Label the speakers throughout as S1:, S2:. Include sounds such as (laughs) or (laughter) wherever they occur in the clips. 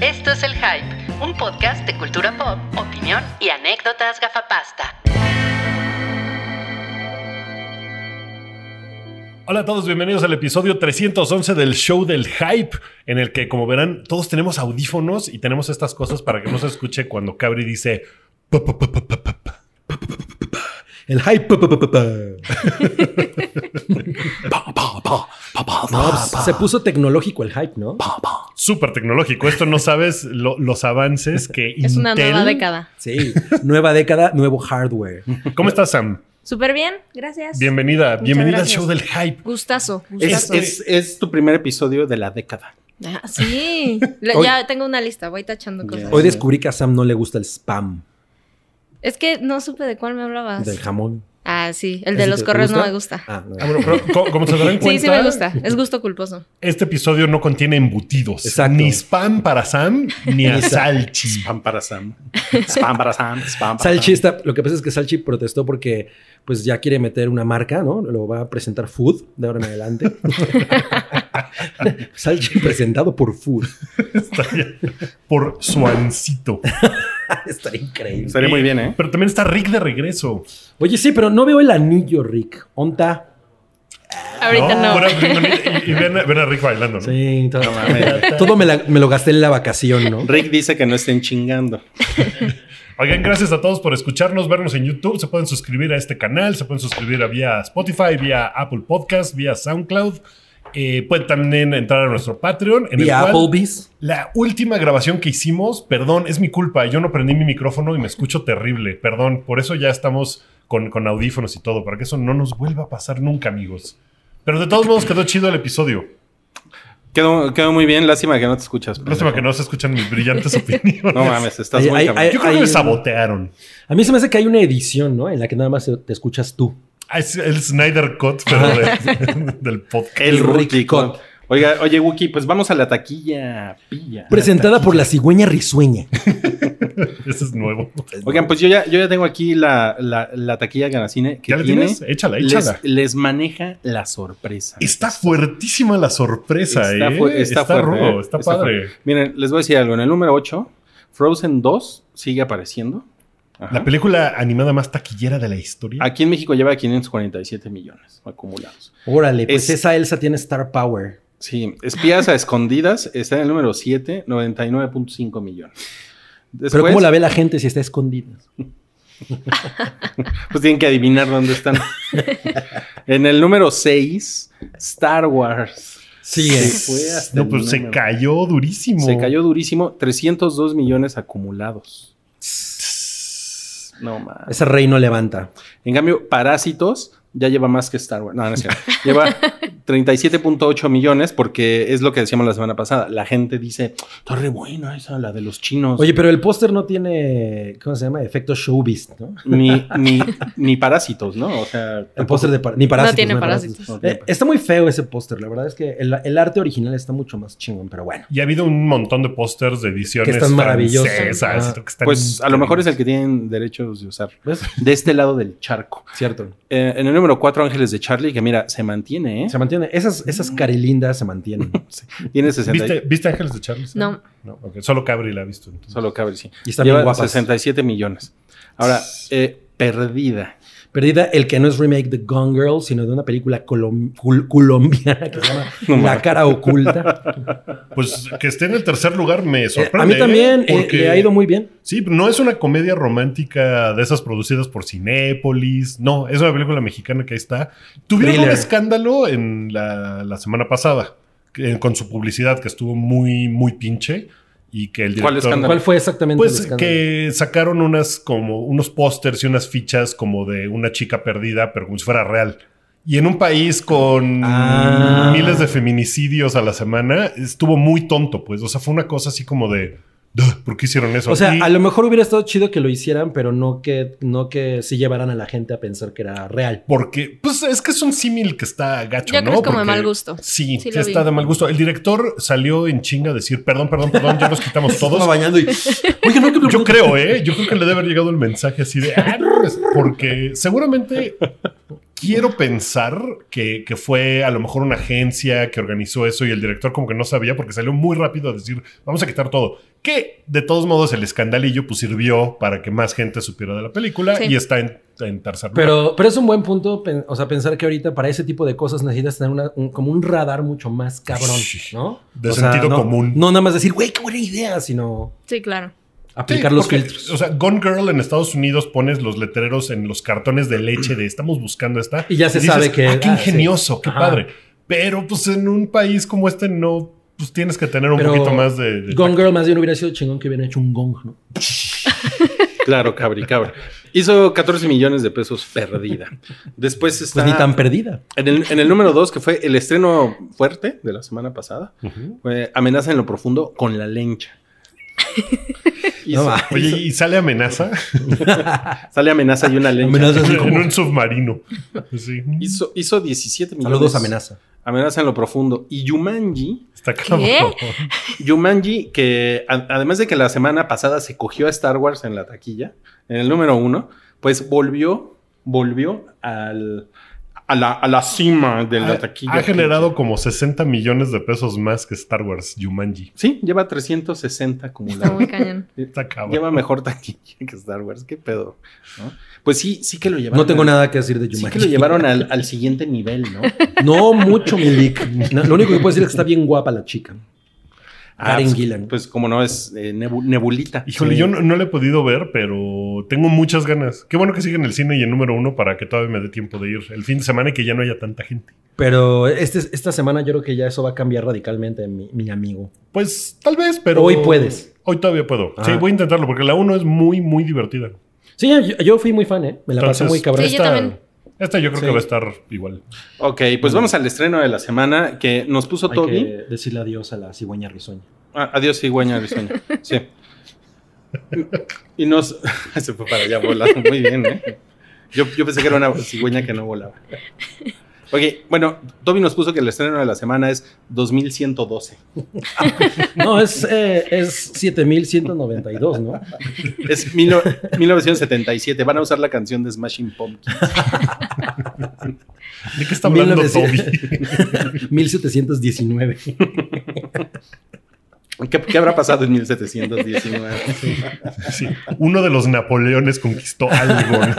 S1: Esto es El Hype, un podcast de cultura pop, opinión y anécdotas gafapasta.
S2: Hola a todos, bienvenidos al episodio 311 del show del hype, en el que, como verán, todos tenemos audífonos y tenemos estas cosas para que no se escuche cuando Cabri dice "Pa, pa, pa, pa, pa, pa, pa".
S3: El hype. pa, pa, pa, pa, pa. No, pues, Se puso tecnológico el hype, ¿no?
S2: súper tecnológico. Esto no sabes lo- los avances que
S4: (laughs) Es una
S2: Intel-
S4: nueva década.
S3: Sí. Nueva década, nuevo hardware.
S2: ¿Cómo estás, Sam?
S4: Súper bien, gracias.
S2: Bienvenida, bienvenida
S4: gracias.
S2: al show del hype.
S4: Gustazo,
S5: Es,
S4: gustazo.
S5: es- es tu primer episodio de la década.
S4: Ah, sí, Le-
S3: Hoy-
S4: ya tengo una lista, voy tachando cosas.
S3: Hoy descubrí que a Sam no le gusta el spam
S4: Es que no supe de cuál me hablabas.
S3: del jamón.
S4: Ah, sí, el de
S3: ¿Ese
S4: los
S3: te
S4: correos no me gusta.
S3: Ah, no.
S2: Ah, bueno, pero co- como se darán cuenta,
S4: Sí, sí me gusta, es gusto culposo.
S2: este episodio no contiene embutidos.
S3: Exacto.
S2: Ni spam para Sam, ni a Salchi. (laughs)
S5: Spam para Sam. Spam para Sam. Spam para
S3: Salchi
S5: Sam.
S3: está, lo que pasa es que Salchi protestó porque pues ya quiere meter una marca, ¿no? Lo va a presentar Food de ahora en
S4: (laughs)
S3: adelante. Salchi presentado por Food. (laughs)
S2: Por Suancito.
S3: Estaría increíble.
S5: Estaría muy bien, ¿eh?
S2: Pero también está Rick de regreso.
S3: Oye, sí, pero no veo el anillo, Rick. Onta.
S4: Ahorita no.
S2: Ahora,
S4: (laughs)
S2: y y ven, a- ven a Rick bailando. ¿no?
S3: Sí, todo.
S5: No mames.
S3: Todo me, la- me lo gasté en la vacación, ¿no?
S5: Rick dice que no estén chingando.
S2: Oigan, gracias a todos por escucharnos, vernos en YouTube. Se pueden suscribir a este canal, se pueden suscribir a vía Spotify, vía Apple Podcast, vía SoundCloud. Eh, pueden también entrar a nuestro Patreon. En el
S3: Y a
S2: cual
S3: Applebee's.
S2: La última grabación que hicimos, perdón, es mi culpa. Yo no prendí mi micrófono y me escucho terrible. Perdón, por eso ya estamos con, con audífonos y todo, para que eso no nos vuelva a pasar nunca, amigos. Pero de todos modos quedó chido el episodio.
S5: Quedó, quedó muy bien. Lástima que no te escuchas.
S2: Lástima que no se escuchan mis brillantes opiniones.
S5: No mames, estás
S3: Ay,
S5: muy
S3: ay,
S5: cabrón.
S3: ay.
S2: Yo creo que me sabotearon.
S3: A mí se me hace que hay una edición, ¿no? En la que nada más te escuchas tú.
S2: Ah, Es el Snyder Cut, pero
S5: (laughs)
S2: de- (laughs) del podcast.
S5: El
S3: Rick
S5: Rick
S3: Cod.
S5: Cod. Oiga, oye, Wookie, pues vamos a la taquilla. Pilla.
S3: Presentada por la cigüeña risueña.
S2: Ese es nuevo.
S5: Oigan, pues yo ya, yo ya tengo aquí la, la, la taquilla Ganacine. Que
S2: ¿Ya la
S5: tiene-
S2: tienes? Échala, échala.
S5: Les, les maneja la sorpresa.
S2: Está fuertísima la sorpresa, ¿eh?
S5: fu-
S2: Está,
S5: fuerte,
S2: rudo,
S5: ¿eh?
S2: está, padre.
S5: fuerte. Miren, les voy a decir algo. En el número 8, Frozen 2 sigue apareciendo. Ajá.
S2: La película animada más taquillera de la historia.
S5: Aquí en México lleva 547 millones acumulados.
S3: Órale, pues
S5: Es-
S3: esa Elsa tiene Star Power.
S5: Sí, Espías a Escondidas está en el número 7, 99.5 millones.
S3: Pero
S5: Después,
S3: ¿cómo la ve la gente si está escondida?
S5: pues tienen que adivinar
S3: (laughs)
S5: dónde están. en el número 6, Star Wars.
S3: Sí,
S5: Se
S3: es.
S5: fue hasta
S2: No,
S5: el
S2: pues se
S5: número-
S2: cayó durísimo.
S5: Se cayó durísimo, 302 millones acumulados. No más.
S3: Ese rey no levanta.
S5: En cambio, Parásitos ya lleva más que Star Wars. No, no
S3: (laughs)
S5: es cierto. Lleva 37.8 millones porque es lo que decíamos la semana pasada. La gente dice, está re buena esa, la de los chinos.
S3: Oye, pero el póster no tiene, ¿cómo se llama? Efecto showbiz, ¿no?
S5: ni,
S3: (laughs)
S5: ni, ni Parásitos, ¿no? O sea,
S3: El póster de par- ni parásitos.
S4: No tiene
S3: hay
S4: parásitos.
S5: no tiene
S3: Eh, está muy feo ese póster, la verdad es que el, el arte original está mucho más chingón, pero bueno.
S2: Y ha habido un montón de pósters de ediciones
S3: Que están maravillosos.
S2: francesas,
S3: Ah.
S2: que están
S5: pues a lo mejor es el
S2: increíbles.
S5: que tienen derechos de usar.
S3: ¿Ves?
S5: De este lado del charco.
S3: Cierto.
S5: Eh, en el número 4, Ángeles de Charlie, que mira, se mantiene, ¿eh?
S3: Se mantiene. Esas, esas carilindas se mantienen.
S5: Tiene 60.
S2: ¿Viste, ¿Viste Ángeles de Charles?
S4: No.
S2: No, ok. Solo Cabri la ha visto. entonces.
S5: Solo cabe, sí.
S3: Y están bien
S5: Lleva
S3: guapas.
S5: 67 millones. Ahora, eh, perdida.
S3: Perdida, el que no es remake de Gone Girl, sino de una película colom- cul- colombiana que
S2: (laughs)
S3: se llama La cara oculta.
S2: Pues que esté en el tercer lugar me
S3: Eh,
S2: sorprende.
S3: a mí
S2: ¿eh?
S3: también eh,
S2: Porque-
S3: le ha ido muy bien.
S2: Sí, no es una comedia romántica de esas producidas por Cinépolis. No, es una película mexicana que ahí está. Tuvieron un
S3: Thriller.
S2: escándalo en la, la semana pasada que- eh, con su publicidad que estuvo muy, muy pinche y que el
S5: ¿Cuál
S2: director...
S5: escándalo?
S3: ¿Cuál fue exactamente el
S2: Pues
S3: escándalo?
S2: que sacaron unas como unos pósters y unas fichas como de una chica perdida, pero como si fuera real. Y en un país con
S3: Ah.
S2: miles de feminicidios a la semana, estuvo muy tonto, pues. O sea, fue una cosa así como de. "Duh, ¿Por qué hicieron eso?
S3: O sea,
S2: Y-
S3: a lo mejor hubiera estado chido que lo hicieran, pero no que, no que sí llevaran a la gente a pensar que era real.
S2: Porque, pues es que es un símil que está gacho,
S4: Yo
S2: ¿no?
S4: creo que es como de
S2: Porque-
S4: mal gusto.
S2: Sí, sí
S4: Sí lo vi.
S2: está de mal gusto. El director salió en chinga a decir, perdón, perdón, perdón, ya nos quitamos todos.
S3: bañando (laughs) y.
S2: Yo creo, ¿eh? Yo creo que le debe haber llegado el mensaje así de... "Ah, no, es Porque pues, seguramente Quiero pensar que, que fue a lo mejor una agencia que organizó eso y el director como que no sabía porque salió muy rápido a decir, vamos a quitar todo. Que de todos modos el escandalillo pues sirvió para que más gente supiera de la película
S4: Sí.
S2: y está en, en tercer lugar.
S3: Pero, pero es un buen punto, pen- o sea, pensar que ahorita para ese tipo de cosas necesitas tener una- un- como un radar mucho más cabrón,
S2: Sí.
S3: ¿no?
S2: De sentido
S3: no-
S2: común.
S3: No nada más decir, güey, qué buena idea, sino
S4: Sí, claro.
S2: Sí,
S3: aplicar los
S2: porque,
S3: filtros.
S2: O sea, Gone Girl en Estados Unidos pones los letreros en los cartones de leche de estamos buscando esta.
S3: Y ya se sabe que-
S2: "Ah, qué
S3: ah,
S2: ingenioso,
S3: sí.
S2: qué
S3: Ajá.
S2: padre. Pero pues en un país como este no, pues tienes que tener un
S3: Pero
S2: poquito más de. de
S3: Gone
S2: tacto.
S3: Girl más bien hubiera sido chingón que hubieran hecho un gong, ¿no?
S5: Claro, cabri, cabri. Hizo 14 millones de pesos perdida. Después está
S3: Pues ni tan perdida.
S5: en, el, en el número 2, que fue el estreno fuerte de la semana pasada,
S2: Ujú.
S5: fue Amenaza en lo profundo con
S3: (laughs)
S5: la lencha. Hizo-
S3: No va.
S2: Oye, y sale
S3: (laughs)
S2: amenaza
S5: sale amenaza y una lencha.
S3: Amenaza
S2: (laughs)
S3: así
S2: en
S3: como-
S2: un submarino. Pues Sí.
S5: Hizo, hizo 17 millones.
S3: Saludos, amenaza.
S5: Amenaza en lo profundo. Y Yumanji,
S2: Está cabrón. (laughs)
S5: Yumanji, que a- además de que la semana pasada se cogió a Star Wars en la taquilla, en el número uno, pues volvió, volvió al, a, la, a la cima de la
S2: Ha-
S5: taquilla.
S2: Ha, generado como 60 millones de pesos más que Star Wars Jumanji.
S5: Sí, lleva 360
S4: Está muy
S5: acumulados.
S4: cañón.
S2: Está cabrón.
S5: Lleva mejor taquilla que Star Wars, qué pedo. ¿no? Pues sí, sí que lo llevaron.
S3: No tengo
S5: al-
S3: nada que decir de
S5: Sí
S3: Jumanji.
S5: que lo llevaron al, al siguiente nivel,
S3: (laughs)
S5: ¿no?
S3: No mucho, Milik. No, lo único que puedo decir es que está bien guapa la chica.
S5: Ah,
S3: Karen
S5: pues,
S3: Gillan.
S5: Pues como no es eh, nebu- nebulita.
S2: Híjole, yo no, no le he podido ver, pero tengo muchas ganas. Qué bueno que siga en el cine y en número uno para que todavía me dé tiempo de ir el fin de semana y que ya no haya tanta gente.
S3: Pero este, esta semana yo creo que ya eso va a cambiar radicalmente, mi, mi amigo.
S2: Pues tal vez, pero.
S3: Hoy puedes.
S2: Hoy todavía puedo.
S3: Ah.
S2: Sí, voy a intentarlo porque la uno es muy, muy divertida.
S3: Sí, yo, yo fui muy fan, ¿eh? Me la pasé
S2: Entonces,
S3: muy cabrón.
S4: Sí, yo también.
S2: Esta yo creo
S3: Sí.
S2: que va a estar igual.
S5: Ok, pues vamos al estreno de la semana que nos puso
S3: Hay
S5: Toby.
S3: que decirle adiós a la cigüeña risueña.
S5: Ah, adiós, cigüeña risueña. Sí. Y nos. (laughs) Se fue para allá volando. Muy bien, ¿eh? Yo, yo pensé que era una cigüeña que no volaba. Ok, bueno, Toby nos puso que el estreno de la semana es 2112.
S3: No, es, eh, es 7192, ¿no?
S5: Es mil no- 1977. Van a usar la canción de Smashing Pumpkins.
S2: ¿De qué está hablando
S3: 1900.
S2: Toby?
S3: (laughs) 1719.
S5: ¿Qué, qué habrá pasado en 1719?
S2: Sí, uno de los Napoleones conquistó algo. ¿no?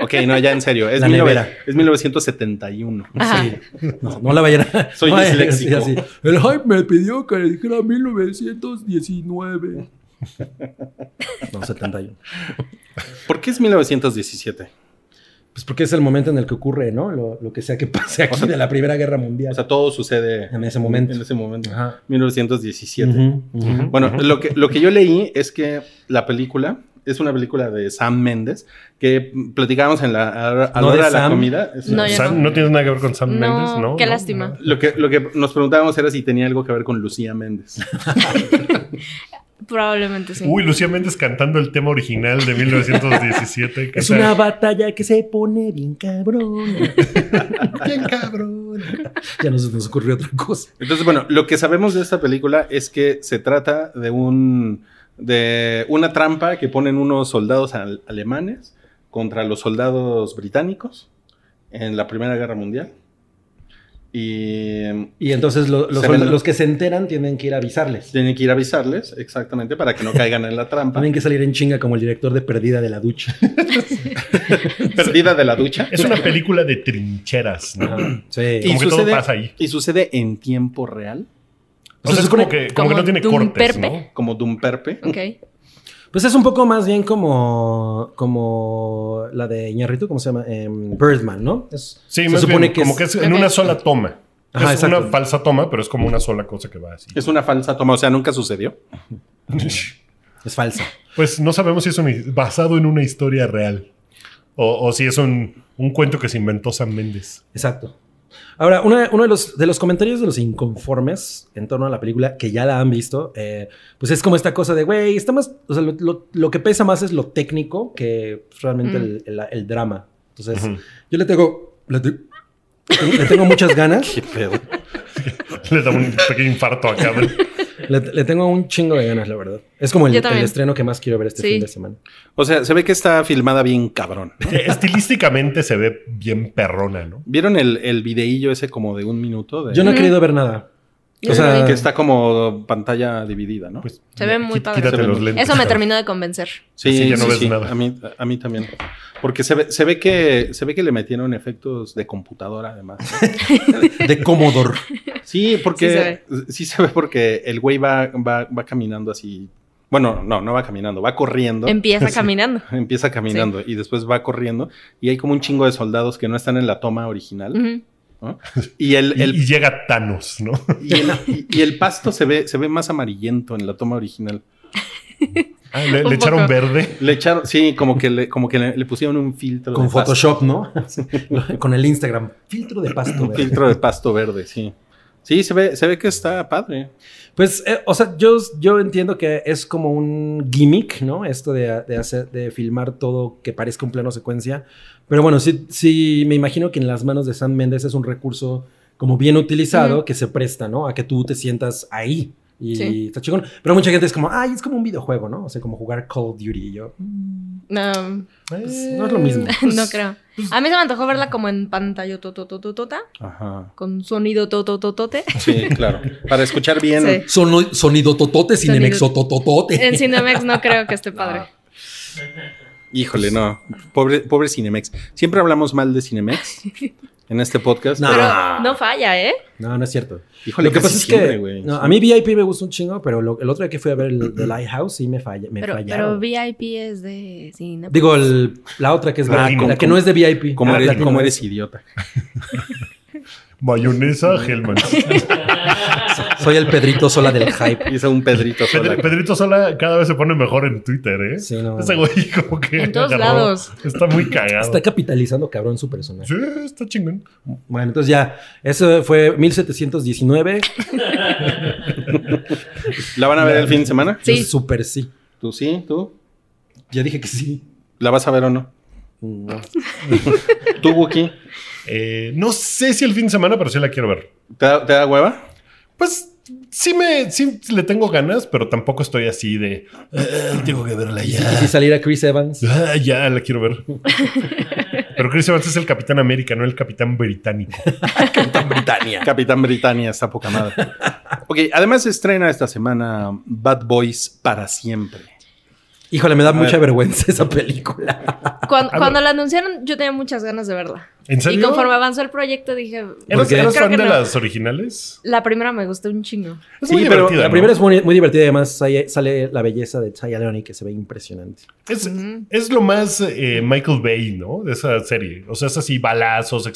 S5: Ok, no, ya en serio. Es,
S3: La
S5: mil nove-
S3: nevera.
S5: es 1971.
S4: Ajá.
S3: Sí. No, no la vayan a...
S5: Soy
S3: no, eh,
S5: disléxico.
S3: sí, así. El hype me pidió que le dijera 1919. No, 71.
S5: ¿Por qué es 1917?
S3: Pues porque es el momento en el que ocurre, ¿no? Lo, lo que sea que pase aquí
S5: O sea,
S3: de la Primera Guerra Mundial.
S5: O sea, todo sucede
S3: En ese momento.
S5: En ese momento.
S3: Ajá.
S5: 1917.
S3: Ujú, ujú.
S5: Bueno, lo que, lo que yo leí es que la película es una película de Sam Méndez que platicábamos en la, a, la- a la
S3: No de
S5: hora de, la
S3: Sam.
S5: comida. Es-
S4: No, yo
S2: Sam-
S4: no.
S2: no. tienes nada que ver con Sam
S4: No,
S2: Mendes, ¿no?
S4: qué
S2: no,
S4: lástima.
S2: no.
S5: Lo que, lo que nos preguntábamos era si tenía algo que ver con Lucía Méndez.
S4: Probablemente sí.
S2: Uy, Lucía Méndez cantando el tema original de 1917. que
S3: Es
S2: está-
S3: una batalla que se pone bien cabrón. (laughs) bien cabrón. Ya nos, nos ocurrió otra cosa.
S5: Entonces, bueno, lo que sabemos de esta película es que se trata de un de una trampa que ponen unos soldados al- alemanes contra los soldados británicos en la Primera Guerra Mundial. Y em,
S3: Y entonces lo- los,
S5: Se ven-
S3: los que se enteran tienen que ir a avisarles.
S5: Tienen que ir a avisarles, exactamente, para que no caigan en
S3: (laughs)
S5: la trampa.
S3: Tienen que salir en chinga como el director de Perdida de la Ducha.
S5: Perdida de la ducha.
S2: Es una película de trincheras, ¿no?
S3: Sí.
S5: Y
S2: Como que todo
S5: sucede-
S2: pasa ahí.
S5: Y sucede en tiempo real,
S2: O sea,
S3: Se
S2: es como
S3: supone-
S2: que, como que
S4: como
S2: no tiene cortes,
S4: Dunkerque.
S2: ¿no?
S5: como Dumperpe.
S4: Ok.
S3: Pues es un poco más bien como, como la de Iñarritu, ¿cómo se llama? Em, Birdman, ¿no? Es-
S2: Sí,
S3: se
S2: más
S3: supone
S2: bien,
S3: que
S2: como
S3: es-
S2: que es en
S4: Ok.
S2: una sola toma.
S3: Ajá,
S2: es
S3: exacto.
S2: una falsa toma, pero es como una sola cosa que va así.
S5: Es una falsa toma, o sea, nunca sucedió.
S3: es falsa.
S2: Pues no sabemos si es un- basado en una historia real o, o si es un, un cuento que se inventó San Méndez.
S3: Exacto. Ahora, una- uno de los, de los comentarios de los inconformes en torno a la película, que ya la han visto, eh, pues es como esta cosa de, güey, está más, o sea, lo, lo- lo que pesa más es lo técnico que pues, realmente
S4: Mm.
S3: el, el- el drama.
S2: (laughs)
S3: Entonces,
S2: Ujú.
S3: yo le tengo, le, te- le tengo muchas ganas.
S5: Qué pedo.
S2: Le da un pequeño infarto a Cabri.
S3: Le, le tengo un chingo de ganas, la verdad. Es como el,
S4: Yo
S3: el
S4: también.
S3: estreno que más quiero ver este
S4: Sí.
S3: fin de semana.
S5: O sea, se ve que está filmada bien cabrón. ¿no?
S2: Eh, (laughs) Estilísticamente se ve bien perrona, ¿no?
S5: ¿Vieron el, el videillo ese como de un minuto? De,
S3: Yo no he
S4: Ujú.
S3: querido ver nada.
S4: Yo
S3: o sea,
S4: no lo vi.
S5: Que está como pantalla dividida, ¿no?
S2: Pues,
S4: Se ve muy
S2: quí-
S4: padre.
S5: Se
S2: Quítate
S5: ve
S2: los
S5: muy-
S2: lentes.
S4: Eso me terminó de convencer.
S5: Sí,
S2: Sí,
S5: sí,
S2: ya no ves
S5: sí.
S2: nada.
S5: A mí, a mí también. Porque se ve, se ve que se ve que le metieron efectos de computadora además. ¿no?
S3: (laughs) De Commodore.
S5: Sí,
S4: Sí se
S5: porque
S4: ve.
S5: sí se ve porque el güey va, va, va caminando así. Bueno, no, no va caminando, va corriendo.
S4: Empieza caminando.
S5: Empieza caminando y después va corriendo y hay como un chingo de soldados que no están en la toma original
S4: Ujú.
S5: y el,
S2: Y,
S5: el-
S2: y llega Thanos,
S4: (laughs)
S2: ¿no?
S5: y el- y- y el pasto se ve se ve más amarillento en la toma original.
S2: Ah, le,
S4: Un
S2: le echaron
S4: poco.
S2: verde.
S5: Le echaron, sí, como que le, como que le, le pusieron un filtro
S3: Con
S5: de pasto.
S3: Photoshop, (laughs) ¿no? Con el Instagram. Filtro de (clears throat) pasto.
S5: Un
S3: verde.
S5: filtro de pasto verde, sí. Sí, se ve, se ve que está padre.
S3: Pues, eh, o sea, yo, yo entiendo que es como un gimmick, ¿no? Esto de, de hacer, de filmar todo que parezca un plano secuencia. Pero bueno, sí, sí, me imagino que en las manos de San Méndez es un recurso como bien utilizado
S4: Ujú.
S3: que se presta, ¿no? A que tú te sientas ahí. Y
S4: Sí.
S3: está chingón. Pero mucha gente es como, ay, es como un videojuego, ¿no? O sea, como jugar Call of Duty. Y yo,
S4: No,
S3: pues, no es lo mismo.
S4: (laughs) no creo. A mí se me antojó verla como en pantalla totototota,
S5: Ajá.
S4: con sonido totototote.
S5: Sí, claro. Para escuchar bien.
S4: Sí.
S3: Sono- sonido totote, Cinemex tototote.
S4: En Cinemex no creo que esté padre.
S5: Híjole, no. Pobre, pobre Cinemex. Siempre hablamos mal de Cinemex en este podcast.
S3: No.
S5: pero-
S3: Ah.
S4: Pero no falla, ¿eh?
S3: No, no es cierto.
S5: híjole,
S3: lo que
S5: casi
S3: pasa es
S5: siempre,
S3: que
S5: güey.
S3: no, a mí VIP me gusta un chingo, pero lo- el otro día que fui a ver el The Lighthouse sí me, falla, me
S4: Pero, pero
S3: fallaron.
S4: VIP es de Cinemex.
S3: Digo, el- la otra que es
S2: Latino.
S3: VIP, la que no es de VIP.
S5: ¿Cómo
S3: La
S5: eres,
S3: Latino.
S5: cómo eres idiota?
S2: Mayonesa, Hellman.
S3: Soy el Pedrito Sola del
S4: (laughs)
S3: hype.
S5: Hizo
S3: (laughs)
S5: un Pedrito sola.
S2: Pedri- Pedrito Sola cada vez se pone mejor en Twitter, ¿eh?
S3: Sí, no,
S2: Ese
S3: no.
S2: güey como que...
S4: En todos
S2: agarró-
S4: lados.
S2: Está muy cagado.
S3: Está capitalizando cabrón su personaje.
S2: Sí, está chingón.
S3: Bueno, entonces ya, eso fue 1719. pues,
S5: ¿La van a ver el fin de semana?
S4: Sí.
S3: Yo Súper sí.
S5: ¿Tú sí? ¿Tú?
S3: Ya dije que sí.
S5: ¿La vas a ver o no?
S3: No.
S5: (laughs) ¿Tú, Wookie?
S2: Eh, no sé si el fin de semana, pero sí la quiero ver.
S5: ¿Te da, te da hueva?
S2: Pues sí me... Sí le tengo ganas, pero tampoco estoy así de... "Ah, tengo que verla
S3: Y
S2: ya.
S3: si salir a Chris Evans.
S2: Ah, ya, la quiero
S4: (laughs)
S2: ver. Pero Chris Evans es el Capitán América, no el Capitán Británico.
S5: Capitán Britannia, está poca madre. Ok, además se estrena esta semana Bad Boys para siempre.
S3: Híjole, me da mucha
S5: ver.
S3: vergüenza (laughs) esa película.
S4: Cuando,
S2: ver.
S4: cuando la anunciaron, yo tenía muchas ganas de verla.
S2: ¿En serio?
S4: Y conforme avanzó el proyecto, dije. "Pues,
S2: ¿Eras,
S3: Porque-
S2: eras
S4: creo
S2: fan
S4: que
S2: de
S4: no.
S2: las Oh, originales?
S4: La primera me gustó un chingo.
S2: Es
S5: Sí,
S2: muy
S5: pero
S2: divertida,
S3: La
S2: ¿no?
S3: primera es muy, muy divertida y además sale, sale la belleza de Chaya Leone que se ve impresionante.
S2: Es,
S4: Ujú.
S2: es lo más eh, Michael Bay, ¿no? De esa serie. O sea, es así balazos,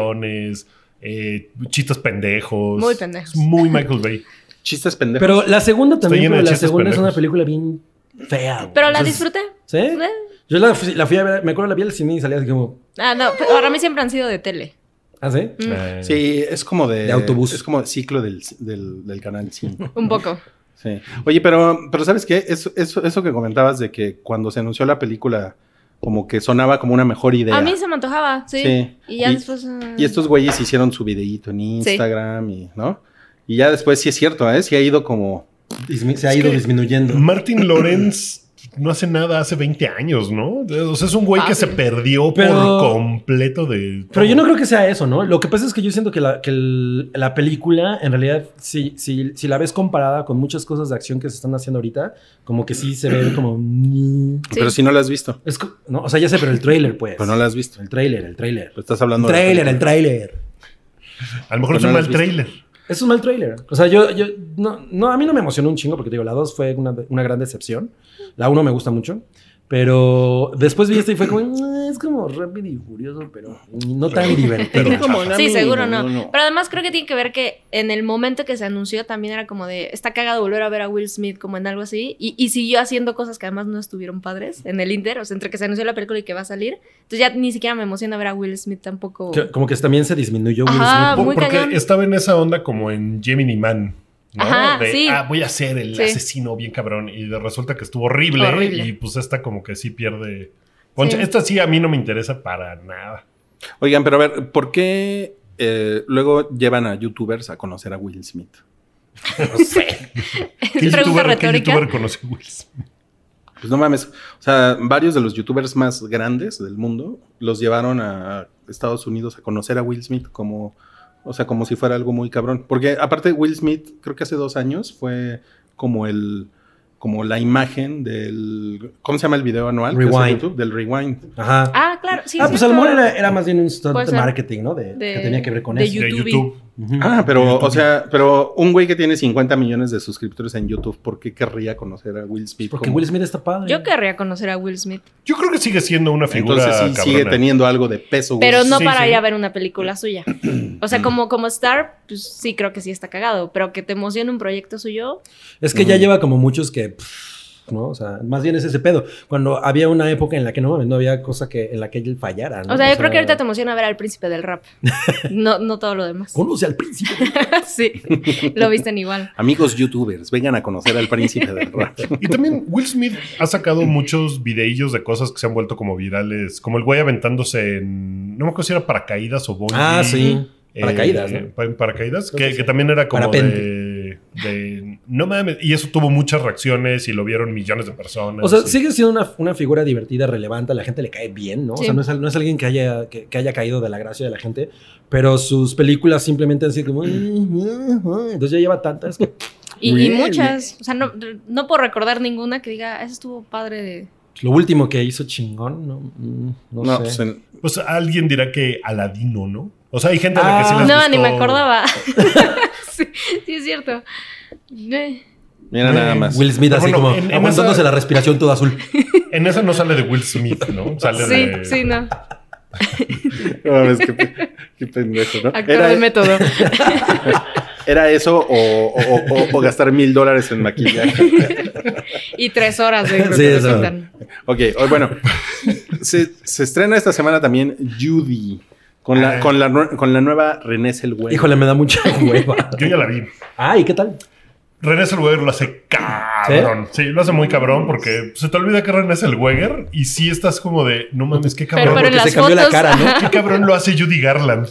S2: explosiones, eh, chistes pendejos.
S4: Muy pendejos.
S2: Es muy Michael Bay.
S5: Chistes pendejos.
S3: Pero la segunda también,
S2: llena de
S3: pero la
S2: chistes
S3: segunda es una
S2: pendejos.
S3: película bien fea. güey.
S4: Pero la
S3: Entonces, ¿eh?
S4: disfruté. ¿Eh?
S3: ¿Sí? Yo la, fui- la fui a ver, me acuerdo la vi al cine y salía así como,
S4: Ah, no, pero para mí siempre han sido de tele.
S3: ¿ah, sí?
S4: (laughs) Mm,
S2: Eh,
S5: Sí, es como de,
S3: De autobús.
S5: Es como ciclo del, del, del canal 5.
S4: Un poco.
S5: Sí. Oye, pero, pero ¿sabes qué? Eso, eso, eso que comentabas de que cuando se anunció la película, como que sonaba como una mejor idea.
S4: A mí se me antojaba, sí.
S5: Sí.
S4: Y ya
S5: Y-
S4: después. ah,
S5: Y estos güeyes hicieron su videíto en Instagram y, ¿no? Y ya después sí es cierto, ¿eh? Sí ha ido como.
S3: Dismi- se ha
S2: Es
S3: ido
S2: que-
S3: disminuyendo.
S2: Martin Lawrence no hace nada hace 20 años, ¿no? O sea, es un güey que se
S4: Fácil.
S2: perdió
S3: Pero-
S2: por completo de...
S3: Pero yo no creo que sea eso, ¿no? Lo que pasa es que yo siento que la, que el- la película, en realidad, si, si, si la ves comparada con muchas cosas de acción que se están haciendo ahorita, como que sí se ve como...
S4: Sí.
S5: Pero si no la has visto.
S3: Es co- no, o sea, ya sé, pero el tráiler, pues.
S5: Pero no la has visto.
S3: El tráiler, el tráiler.
S5: Pero estás hablando.
S3: El
S5: de la
S3: tráiler, el
S5: película.
S3: tráiler.
S2: A lo mejor
S5: Pero
S2: es un
S5: no lo
S2: mal
S5: has visto.
S2: trailer.
S3: Es un mal tráiler. O sea, yo, yo no, no, a mí no me emocionó un chingo porque te digo, la 2 fue una, una gran decepción. La 1 me gusta mucho. Pero después vi esta y fue como, "Ah, es como rápido y furioso, pero no tan divertido.
S2: Pero-
S5: Como la
S4: Sí,
S5: mía,
S4: seguro no.
S5: no.
S4: Pero además creo que tiene que ver que en el momento que se anunció también era como de, está cagado volver a ver a Will Smith como en algo así. Y, y siguió haciendo cosas que además no estuvieron padres en el Inter, o sea, entre que se anunció la película y que va a salir. Entonces ya ni siquiera me emociona ver a Will Smith tampoco. (laughs)
S3: Que- como que también se disminuyó Will
S4: Ajá,
S3: Smith.
S2: Por-
S4: muy
S2: porque
S4: cañón.
S2: estaba en esa onda como en Gemini Man. ¿no?
S4: Ajá,
S2: de,
S4: sí.
S2: ah, voy a ser el
S4: Sí.
S2: asesino bien cabrón. Y de- resulta que estuvo horrible,
S4: Horrible.
S2: Y pues esta como que sí pierde. ponche.
S4: Sí.
S2: Esta sí a mí no me interesa para
S4: (laughs)
S2: nada.
S5: Oigan, pero a ver, ¿por qué eh, luego llevan a YouTubers a conocer a Will Smith? No sé.
S2: ¿Qué
S4: pregunta
S2: youtuber, qué
S4: retórica.
S2: youtuber conoce a Will Smith?
S5: Pues no mames. O sea, varios de los youtubers más grandes del mundo los llevaron a Estados Unidos a conocer a Will Smith como, o sea, como si fuera algo muy cabrón. Porque aparte Will Smith, creo que hace dos años fue como el, como la imagen del, ¿cómo se llama el video anual? que hace
S3: Rewind.
S5: YouTube? Del Rewind.
S3: Ajá. Ah,
S4: Ah, claro, sí.
S3: pues a lo
S4: cierto.
S3: mejor era, era más bien un stunt
S4: Puede
S3: de
S4: ser.
S3: marketing, ¿no? De,
S4: De-
S3: que tenía que ver con
S4: de
S3: eso.
S2: De
S4: YouTube.
S2: YouTube.
S3: Ujú.
S5: Ah, pero,
S2: YouTube.
S5: o sea, pero un güey que tiene 50 millones de suscriptores en YouTube, ¿por qué querría conocer a Will Smith?
S3: Porque
S5: como-
S3: Will Smith está padre.
S4: Yo querría conocer a Will Smith,
S2: Yo creo que sigue siendo una figura
S5: Entonces sí sigue
S2: cabrona.
S5: teniendo algo de peso, güey.
S4: pero no
S2: Sí,
S4: para
S2: sí.
S4: ir a ver una película suya. O sea, como, como star, pues sí creo que sí está cagado, pero que te emocione un proyecto suyo.
S3: Es que ya
S5: Ujú.
S3: lleva como muchos que. pff, ¿no? O sea, más bien es ese pedo. Cuando había una época en la que no mames, no había cosa que, en la que él fallara. ¿no?
S4: O sea, yo
S2: pues
S4: creo que ahorita te emociona ver al príncipe del rap. No, no todo lo demás.
S3: Conoce al príncipe.
S4: (laughs) sí, lo visten igual.
S5: Amigos youtubers, vengan a conocer al príncipe del rap.
S2: Y también Will Smith ha sacado muchos videillos de cosas que se han vuelto como virales, como el güey aventándose en, no me acuerdo si era paracaídas o bungee.
S3: ah, sí.
S2: Eh,
S3: Paracaídas, ¿no?
S2: pa- en Paracaídas,
S3: Creo
S2: que,
S3: que sí.
S2: que también era como
S3: Parapente.
S2: de, de- No mames. Y eso tuvo muchas reacciones y lo vieron millones de personas.
S3: O sea,
S2: y-
S3: sigue siendo una, una figura divertida, relevante, a la gente le cae bien, ¿no? O
S4: Sí.
S3: sea, no es, al- no es alguien que haya, que, que haya caído de la gracia de la gente, pero sus películas simplemente han sido como... "Eh, eh, eh". Entonces ya lleva tantas que... pues,
S4: Y,
S5: Really?
S4: y muchas, o sea, no, no puedo recordar ninguna que diga, "Ah, eso estuvo padre de...
S3: Lo último que hizo chingón, no, Mm, no,
S5: No,
S3: sé.
S5: pues en-
S2: Pues alguien dirá que Aladino, ¿no? O sea, hay gente a la que
S3: Ah.
S2: sí les
S4: No, ni
S2: gustó.
S4: me acordaba. (laughs) sí, sí, es cierto. Eh,
S5: mira nada más.
S3: Will Smith
S2: Pero
S3: así
S2: bueno,
S3: como
S2: en- en
S3: aguantándose
S2: esa-
S3: la respiración todo azul.
S2: En esa no sale de Will Smith, ¿no? Sale
S4: Sí,
S2: de.
S4: sí, no.
S5: No mames, qué, pe- qué pendejo, ¿no?
S4: Actor de
S5: Era, (laughs)
S4: método.
S5: era eso o, o- o- o gastar mil dólares en maquillaje.
S4: Y tres horas de
S3: Sí,
S4: de-
S3: eso.
S4: de-
S5: (laughs) Ok, hoy, bueno. Se, se estrena esta semana también Judy. Con la,
S2: Ah.
S5: con la, nue- con la nueva René Selway.
S3: Híjole, me da mucha hueva.
S2: (laughs) Yo ya la vi.
S3: Ay, ¿qué tal?
S2: René Selweger lo hace cabrón. ¿Sí? lo hace muy cabrón porque se te olvida que René Selweger y sí estás como de, no mames, qué cabrón.
S4: Pero, pero en
S3: porque
S4: las
S3: se cambió la
S4: fotos...
S3: cara, ¿no?
S2: Qué cabrón lo hace Judy Garland.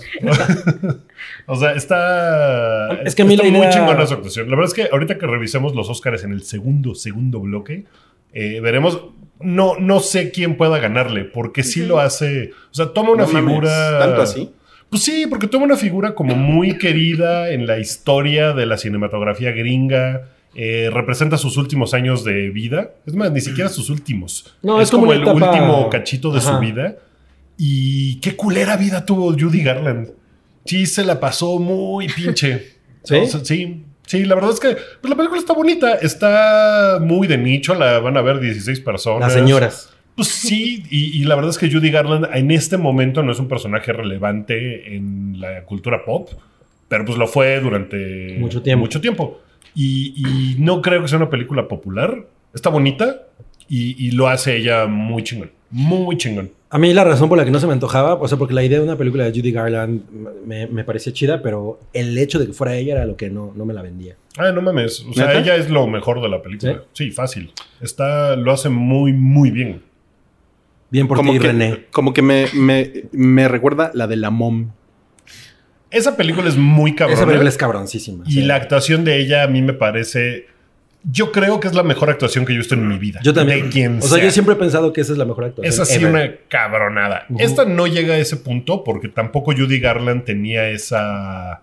S2: o sea, está.
S3: Es que a mí
S2: está
S3: la
S2: muy
S3: idea-
S2: chingona su actuación. La verdad es que ahorita que revisemos los Oscars en el segundo, segundo bloque, eh, veremos. No, no sé quién pueda ganarle, porque sí lo hace. O sea, toma una
S5: No mames,
S2: figura.
S5: Tanto así.
S2: Pues sí, porque toma una figura como muy querida en la historia de la cinematografía gringa. eh, representa sus últimos años de vida. Es más, ni siquiera sus últimos.
S3: No, es como
S2: el
S3: una etapa-
S2: último cachito de
S3: Ajá.
S2: su vida. Y qué culera vida tuvo Judy Garland. Sí, se la pasó muy pinche.
S3: (laughs) ¿Sí?
S2: O sea, sí. Sí, la verdad es que pues, la película está bonita, está muy de nicho, la van a ver 16 personas.
S3: Las señoras.
S2: Pues sí, y, y la verdad es que Judy Garland en este momento no es un personaje relevante en la cultura pop, pero pues lo fue durante
S3: Mucho tiempo.
S2: mucho tiempo. Y, y no creo que sea una película popular. Está bonita y, y lo hace ella muy chingón. Muy chingón.
S3: A mí la razón por la que no se me antojaba, o sea, porque la idea de una película de Judy Garland me, me parecía chida, pero el hecho de que fuera ella era lo que no, no me la vendía.
S2: Ah, no mames. O sea,
S5: ¿Neta?
S2: ella es lo mejor de la película. ¿Sí? fácil. Está, lo hace muy, muy bien.
S3: Bien por
S5: Como
S3: ti,
S5: que,
S3: René.
S5: como que me, me, me recuerda la de la mom.
S2: Esa película es muy cabrona.
S3: Esa película es cabroncísima.
S2: Y
S3: sí.
S2: la actuación de ella a mí me parece. Yo creo que es la mejor actuación que yo he visto en mi vida.
S3: Yo también.
S2: De quien
S3: o sea,
S2: sea.
S3: yo siempre he pensado que esa es la mejor actuación.
S2: Es así
S3: ever.
S2: una cabronada.
S3: Ujú.
S2: Esta no llega a ese punto porque tampoco Judy Garland tenía esa.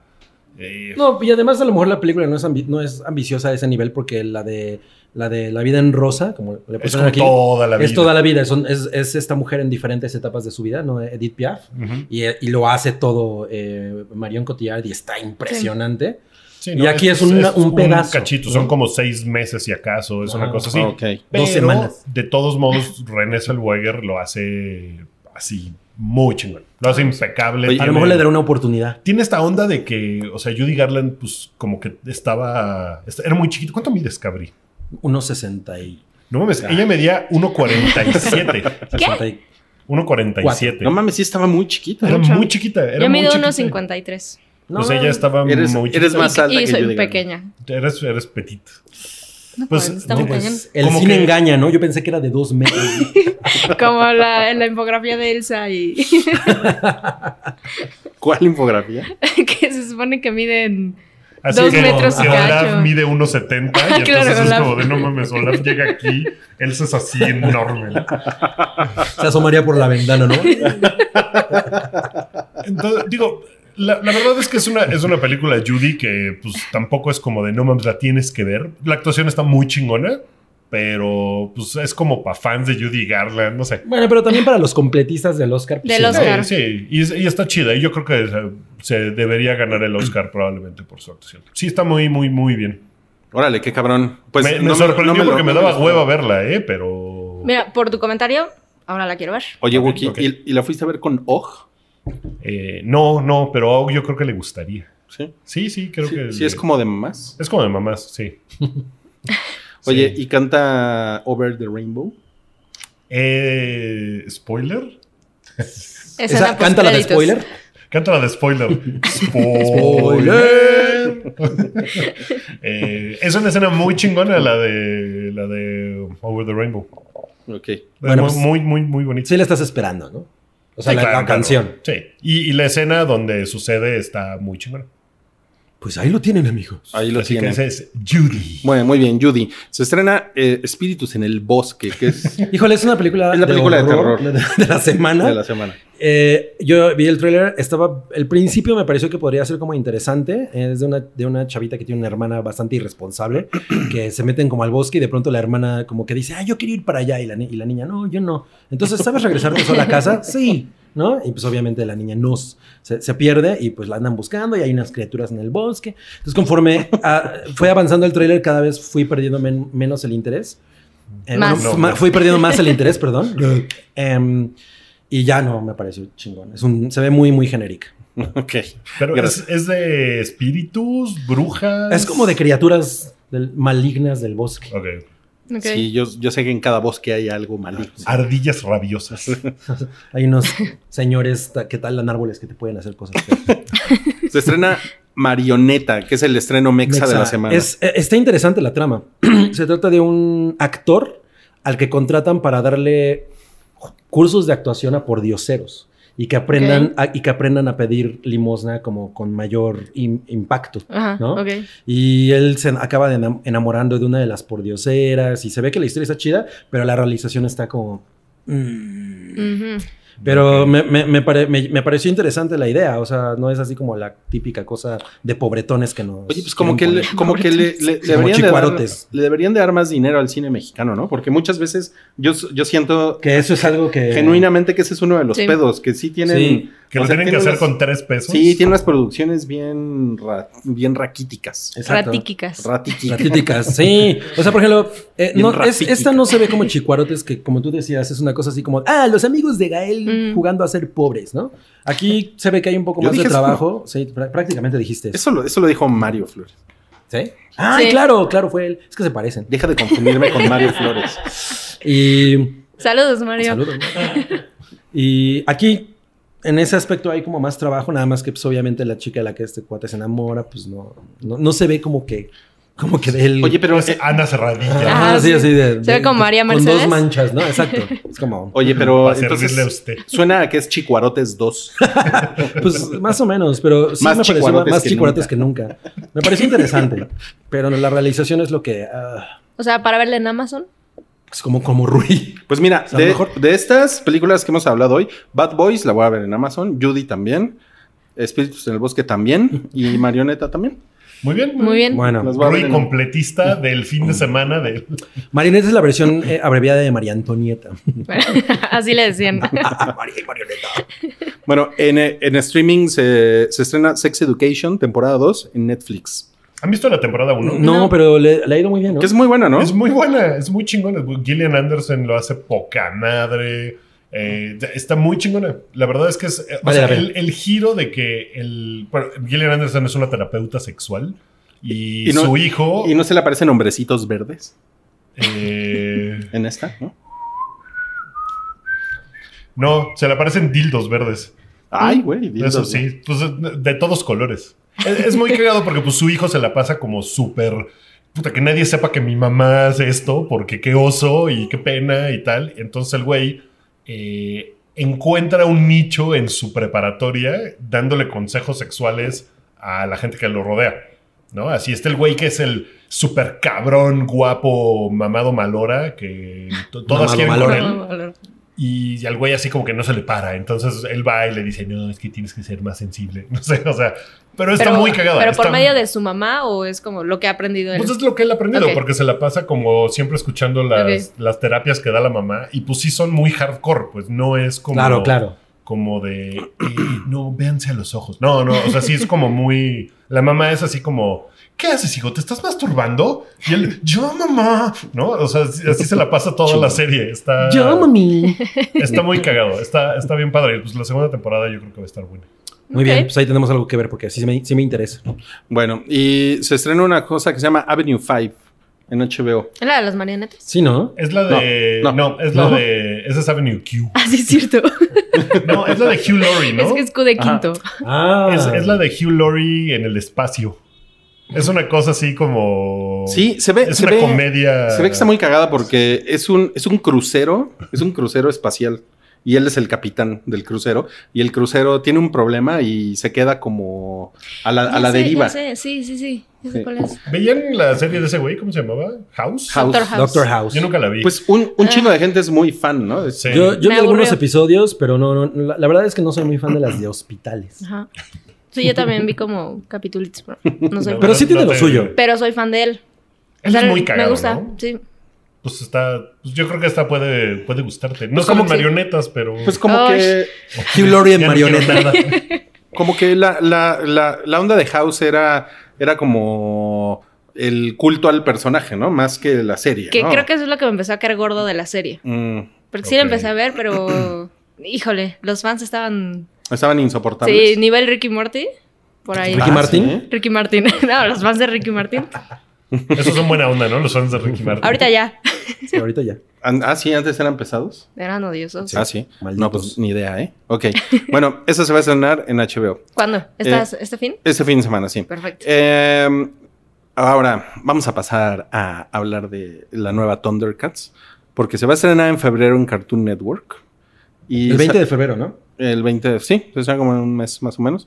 S2: eh,
S3: No, y además a lo mejor la película no es, ambi- no es ambiciosa a ese nivel porque la de la de La vida en rosa, como le
S2: es como
S3: pusieron pues, aquí,
S2: toda la vida.
S3: es toda la vida. Son- es, es esta mujer en diferentes etapas de su vida, ¿no? Edith Piaf.
S2: Ujú.
S3: Y, y lo hace todo eh, Marion Cotillard y está impresionante.
S2: Sí,
S3: Y aquí es una- un pedazo,
S2: cachito,
S3: ¿no?
S2: son como seis meses, si acaso, es
S3: Ah,
S2: una cosa así.
S5: Ok.
S2: Pero,
S3: Dos semanas.
S2: De todos modos, René Zellweger lo hace así muy chingón. Lo hace impecable.
S5: Oye,
S3: A
S2: tiene-
S3: lo mejor le dará una oportunidad.
S2: Tiene esta onda de que, o sea, Judy Garland, pues como que estaba. est- Era muy chiquito. ¿Cuánto mides, Cabri?
S3: Unos 60 y...
S2: No mames,
S3: Ah.
S2: ella medía
S5: (laughs)
S2: 1.47.
S3: 60 y-
S2: 1.47.
S5: No mames, sí estaba muy chiquita.
S2: Era
S4: Mucho.
S2: muy chiquita. Era
S4: Yo
S2: muy
S4: mido
S2: chiquita.
S4: unos 53.
S3: No,
S2: Pues ella estaba
S5: Eres,
S2: muy
S5: eres
S2: chiquita.
S5: más alta
S4: y
S5: que
S4: soy
S5: Judy Garland.
S4: pequeña.
S2: Eres, eres petita.
S4: Pues, está muy
S3: no, pues,
S4: cañón.
S3: El
S2: Como
S3: cine
S2: que-
S3: engaña, ¿no? Yo pensé que era de dos metros.
S4: (laughs) Como la, en la infografía de Elsa y (laughs)
S5: ¿Cuál infografía?
S4: que se supone que miden
S2: Así
S4: Dos
S2: que,
S4: metros y
S2: que Olaf
S4: cacho.
S2: mide 1,70 y
S4: Ah,
S2: entonces
S4: (laughs) claro,
S2: es
S4: Olaf.
S2: como de no mames, Olaf llega aquí, Elsa es así enorme.
S3: Se asomaría por la ventana,
S4: (laughs)
S3: ¿no?
S2: Entonces, digo, la, la verdad es que es una, es una película Judy que pues tampoco es como de no mames, la tienes que ver. La actuación está muy chingona, pero pues es como para fans de Judy Garland, no sé.
S3: Bueno, pero también para los completistas del Oscar. pues,
S4: Del
S3: sí, ¿no?
S4: Oscar.
S2: Sí, sí, y, es- y está chida. Y yo creo que se, se debería ganar el Oscar probablemente por su actuación. Sí, está muy, muy, muy bien.
S5: Órale, qué cabrón. Pues
S2: me, me
S5: no
S2: sorprendió
S5: no lo-
S2: porque me
S5: no
S2: daba
S5: lo-
S2: hueva verla, ¿eh? Pero.
S4: Mira, por tu comentario, ahora la quiero ver.
S5: Oye,
S2: Ok,
S5: Wookie,
S2: ok.
S5: ¿y, y la fuiste a ver con OJ?
S2: Eh, no, no, pero a Og yo creo que le gustaría.
S5: Sí.
S2: Sí, sí, creo
S5: sí,
S2: que.
S5: sí
S2: le-
S5: es como de más.
S2: Es como de mamás, sí.
S5: Oye,
S2: Sí.
S5: ¿y canta Over the Rainbow?
S2: Eh, ¿Spoiler?
S4: Escena
S3: Esa, cántala de
S4: postcréditos.
S3: spoiler.
S2: Cántala de spoiler.
S3: Spoiler.
S2: (laughs) Eh, es una escena muy chingona la de la de Over the Rainbow.
S5: Ok.
S3: Bueno,
S2: muy,
S3: pues-
S2: muy, muy, muy bonita.
S3: Sí la estás esperando, ¿no? O sea,
S2: Sí,
S3: la,
S2: claro,
S3: la
S2: claro.
S3: canción.
S2: Sí. Y, y la escena donde sucede está muy chingona.
S3: Pues ahí lo tienen, amigos.
S5: Ahí lo
S2: Así que
S5: tienen.
S2: ese es Judy.
S5: Bueno, muy bien, Judy. Se estrena eh, Espíritus en el Bosque,
S2: (laughs)
S5: que es de
S3: Híjole, es una película.
S5: Es la película de
S3: horror
S5: terror.
S3: De, de la semana.
S5: la semana. (laughs)
S3: Eh, yo vi el tráiler, estaba. El principio me pareció que podría ser como interesante. Eh, Es de una, de una chavita que tiene una hermana bastante irresponsable, que se meten como al bosque y de pronto la hermana como que dice, ah, yo quiero ir para allá. Y la, ni- y la niña, no, yo no. Entonces, ¿sabes regresar tú sola a casa? Sí. ¿No? Y pues obviamente la niña no s- se, se pierde y pues la andan buscando y hay unas criaturas en el bosque. Entonces, conforme ah, fue avanzando el tráiler, cada vez fui perdiendo men- menos el interés. Eh,
S4: Más.
S3: bueno,
S2: No,
S3: ma-
S2: no.
S3: Fui perdiendo más el interés, perdón. Em, y ya no me pareció chingón. Es un, se ve muy, muy genérica.
S5: Ok.
S2: Pero es,
S5: Gracias.
S2: es de espíritus, brujas.
S3: Es como de criaturas del- malignas del bosque.
S2: Ok.
S4: Ok.
S5: Sí, yo, yo sé que en cada bosque hay algo
S2: (laughs)
S5: maligno.
S2: Ah. Ardillas rabiosas.
S5: (laughs)
S3: Hay unos (laughs) señores ta- que talan árboles que te pueden hacer cosas. feas.
S5: Se estrena Marioneta, que es el estreno (laughs) mexa, de
S3: Mexa,
S5: la semana.
S3: es- eh, está interesante la trama. (clears throat) se trata de un actor al que contratan para darle cursos de actuación a pordioseros y que aprendan, a- y que aprendan a pedir limosna como con mayor im- impacto.
S4: Ajá,
S3: ¿No?
S4: ok.
S3: Y él se acaba de enam- enamorando de una de las pordioseras y se ve que la historia está chida, pero la realización está como... mm.
S4: Ujú.
S3: Pero me, me- me pare- me- me pareció interesante la idea, o sea, no es así como la típica cosa de pobretones que nos...
S5: Oye, pues como que,
S3: quieren
S5: le,
S3: poner.
S5: como que le,
S3: Como
S5: le- le deberían de dar,
S3: chicuarotes.
S5: le deberían de dar más dinero al cine mexicano, ¿no? Porque muchas veces yo, yo siento
S3: Que eso es algo que...
S5: genuinamente que ese es uno de los
S4: Sí.
S5: pedos, que sí tienen...
S3: Sí.
S2: Eh. Que
S5: o
S2: lo
S5: sea,
S2: tienen que
S5: tienen
S2: hacer
S5: unas-
S2: con tres pesos.
S5: Sí, tiene unas producciones bien, ra- bien raquíticas.
S3: Exacto.
S4: Ratíquicas.
S5: Ratiqui.
S3: Ratíticas, sí. O sea, por ejemplo, eh,
S5: Bien
S3: no, es-
S5: ratítica.
S3: esta no se ve como chicuarotes, que como tú decías, es una cosa así como, ah, los amigos de Gael
S4: Mm.
S3: jugando a ser pobres, ¿no? Aquí se ve que hay un poco
S5: Yo
S3: más de
S5: dije eso.
S3: trabajo. Sí, prá- prácticamente dijiste eso.
S5: Eso lo, eso lo dijo Mario Flores.
S3: ¿Sí? Ah,
S4: Sí.
S3: claro, claro, fue él. Es que se parecen.
S5: Deja de confundirme
S2: (laughs)
S5: con Mario Flores.
S3: Y.
S4: Saludos, Mario.
S3: Saludos. Y aquí, en ese aspecto, hay como más trabajo, nada más que, pues, obviamente, la chica a la que este cuate se enamora, pues no, no, no se ve como que. Como que de él.
S5: Oye, pero, eh,
S2: Es Ana Cerradilla.
S3: Ajá,
S4: Ah,
S3: sí,
S4: sí.
S3: así de-
S4: Se ve
S3: de-
S4: como María
S3: con
S4: Mercedes.
S3: dos manchas, ¿no? Exacto. Es
S5: (laughs)
S3: como.
S5: oye,
S2: Para
S5: pero
S2: servirle a
S5: entonces,
S2: usted.
S5: suena a que es Chicuarotes 2.
S3: Pues más o menos, pero sí me
S5: Más
S3: pareció
S5: chicuarotes
S3: más
S5: que
S3: chicuarotes que nunca. Me pareció interesante, pero la realización es lo que. ah,
S4: O sea, para verla en Amazon.
S3: es como, como Rui.
S2: (laughs)
S5: Pues mira,
S3: O sea,
S5: de,
S3: mejor-
S5: de estas películas que hemos hablado hoy, Bad Boys la voy a ver en Amazon, Judy también, Espíritus en el Bosque también
S2: (laughs)
S5: y Marioneta también.
S2: Muy bien.
S4: Muy bien.
S3: Bueno,
S5: Las voy a ver
S2: Rui
S5: en- (laughs)
S2: completista del fin de semana de
S3: Marioneta es la versión eh, abreviada de María
S5: (laughs)
S3: Antonieta.
S4: (laughs) Así le decían. (laughs)
S5: Ah, Bueno, en, eh, en streaming se, se estrena Sex Education, temporada 2, en Netflix.
S2: ¿Han visto la temporada 1?
S3: No,
S4: No.
S3: pero le, le ha ido muy bien, ¿no?
S5: Que es muy buena, ¿no?
S2: Es muy buena, es muy chingona. Gillian Anderson lo hace poca madre. Eh, está muy chingona. La verdad es que es. eh, o
S3: Vale
S2: sea,
S3: la pena.
S2: el, el giro de que el. bueno, Gillian Anderson es una terapeuta sexual y,
S5: Y no-
S2: su hijo.
S5: Y no se le aparecen hombrecitos verdes
S2: eh,
S5: en esta, ¿no?
S2: no, se le aparecen dildos verdes.
S5: Ay, güey. dildos,
S2: Mm, Eso
S5: ¿no?
S2: sí, pues de todos colores. Es, es muy cagado porque pues su hijo se la pasa como súper... Puta, que nadie sepa que mi mamá hace esto porque qué oso y qué pena y tal. Entonces el güey eh, encuentra un nicho en su preparatoria dándole consejos sexuales a la gente que lo rodea. ¿no? Así está el güey que es el super cabrón, guapo, mamado malora, que to- todas
S3: Mamado
S2: quieren con
S3: malora.
S2: él.
S4: No, valor.
S2: Y al güey así como que no se le para. Entonces él va y le dice, no, es que tienes que ser más sensible. (laughs) No sé, o sea, pero está muy cagada.
S4: Pero por
S2: está-
S4: medio de su mamá o es como lo que ha aprendido él.
S2: Pues es lo que él ha aprendido,
S4: Ok.
S2: porque se la pasa como siempre escuchando las, las terapias que da la mamá. Y pues sí son muy hardcore, pues no es como...
S3: Claro, claro.
S2: como de eh, no, véanse a los ojos. No, no, o sea, sí es como muy. La mamá es así como. ¿Qué haces, hijo? ¿Te estás masturbando? Y él, yo, mamá. ¿No? O sea, así, así se la pasa toda la serie. Está,
S3: Yo, mami.
S2: está muy cagado. Está, está bien padre. Pues la segunda temporada yo creo que va a estar buena.
S3: Muy bien,
S4: Ok.
S3: pues ahí tenemos algo que ver porque sí me, sí me interesa.
S5: Bueno, y se estrenó una cosa que se llama Avenue 5 en HBO.
S4: ¿Es la de las marionetas? (laughs)
S3: Sí, ¿no?
S2: Es la de. No,
S5: No, no,
S2: es la
S5: no.
S2: de. Esa es Avenue Q.
S4: Ah, sí, es cierto.
S2: No, es la de Hugh Laurie, ¿no?
S4: Es que es Q de
S5: Ajá.
S4: quinto.
S3: Ah.
S2: Es, es la de Hugh Laurie en el espacio. Es una cosa así como.
S5: Sí, se ve.
S2: Oh. Es
S5: se
S2: una
S5: ve-
S2: comedia.
S5: Se ve que está muy cagada porque es un, es un crucero, es un crucero espacial. Y él es el capitán del crucero. Y el crucero tiene un problema y se queda como a la, a
S4: Ya
S5: la
S4: sé,
S5: deriva.
S4: ya sé. Sí, sí, sí. Ya sé
S5: Sí.
S4: cuál es.
S2: ¿Veían la serie de ese güey? ¿Cómo se llamaba? House.
S5: House.
S4: Doctor House.
S3: Doctor House.
S2: Yo nunca la vi.
S5: Pues un,
S4: Ah.
S5: un chingo de gente es muy fan, ¿no? Es-
S2: Sí.
S3: Yo, yo
S4: Me
S3: vi algunos
S4: aburrió.
S3: episodios, pero no, no, la, la verdad es que no soy muy fan de las de (laughs) hospitales.
S4: Ajá. Sí, yo también vi como capitulitos, pero no
S2: (laughs)
S4: soy
S2: No,
S3: Pero sí tiene
S2: no
S3: lo
S2: te-
S3: suyo.
S4: Pero soy fan de él.
S2: Él
S4: O
S2: es
S4: sea,
S2: muy cagado,
S4: Me gusta,
S2: ¿no?
S4: sí.
S2: Pues está. pues yo creo que esta puede, puede gustarte. No
S5: Pues
S2: salen
S5: como que-
S2: marionetas, pero.
S5: Pues como
S4: Ay.
S5: que,
S3: Hugh Laurie en
S2: Ya no quiero
S3: marioneta.
S2: nada.
S5: como que la, la, la, la onda de House era, era como el culto al personaje, ¿no? Más que la serie.
S4: Que
S5: ¿no?
S4: creo que eso es lo que me empezó a caer gordo de la serie.
S5: Mm,
S4: Porque sí la
S2: Ok.
S4: empecé a ver,
S3: (clears throat)
S4: pero... Híjole, los fans estaban...
S5: estaban
S4: Sí,
S5: insoportables.
S4: nivel Ricky Morty. Por ahí.
S3: Ricky
S5: Ah,
S3: Martin.
S5: ¿sí?
S4: (laughs) Ricky Martin. (laughs) no, los fans de Ricky Martin.
S2: Esos son buena onda, ¿no? Los fans de Ricky Martin.
S4: Ahorita ya.
S3: Sí, ahorita ya.
S5: An- Ah, sí, antes eran pesados.
S4: Eran odiosos.
S5: Ah, sí.
S3: Malditos.
S5: No, pues ni idea, ¿eh?
S4: (laughs)
S5: Ok. Bueno, eso se va a estrenar en HBO.
S4: ¿Cuándo? ¿Estás,
S3: Eh,
S4: ¿Este fin?
S5: Este fin de semana, sí.
S4: Perfecto.
S5: Eh, ahora, vamos a pasar a hablar de la nueva Thundercats, porque se va a estrenar en febrero en Cartoon Network. Y
S3: El 20 de
S5: sa-
S3: febrero, ¿no?
S5: El 20 de... Sí, o sea, como en un mes más o menos.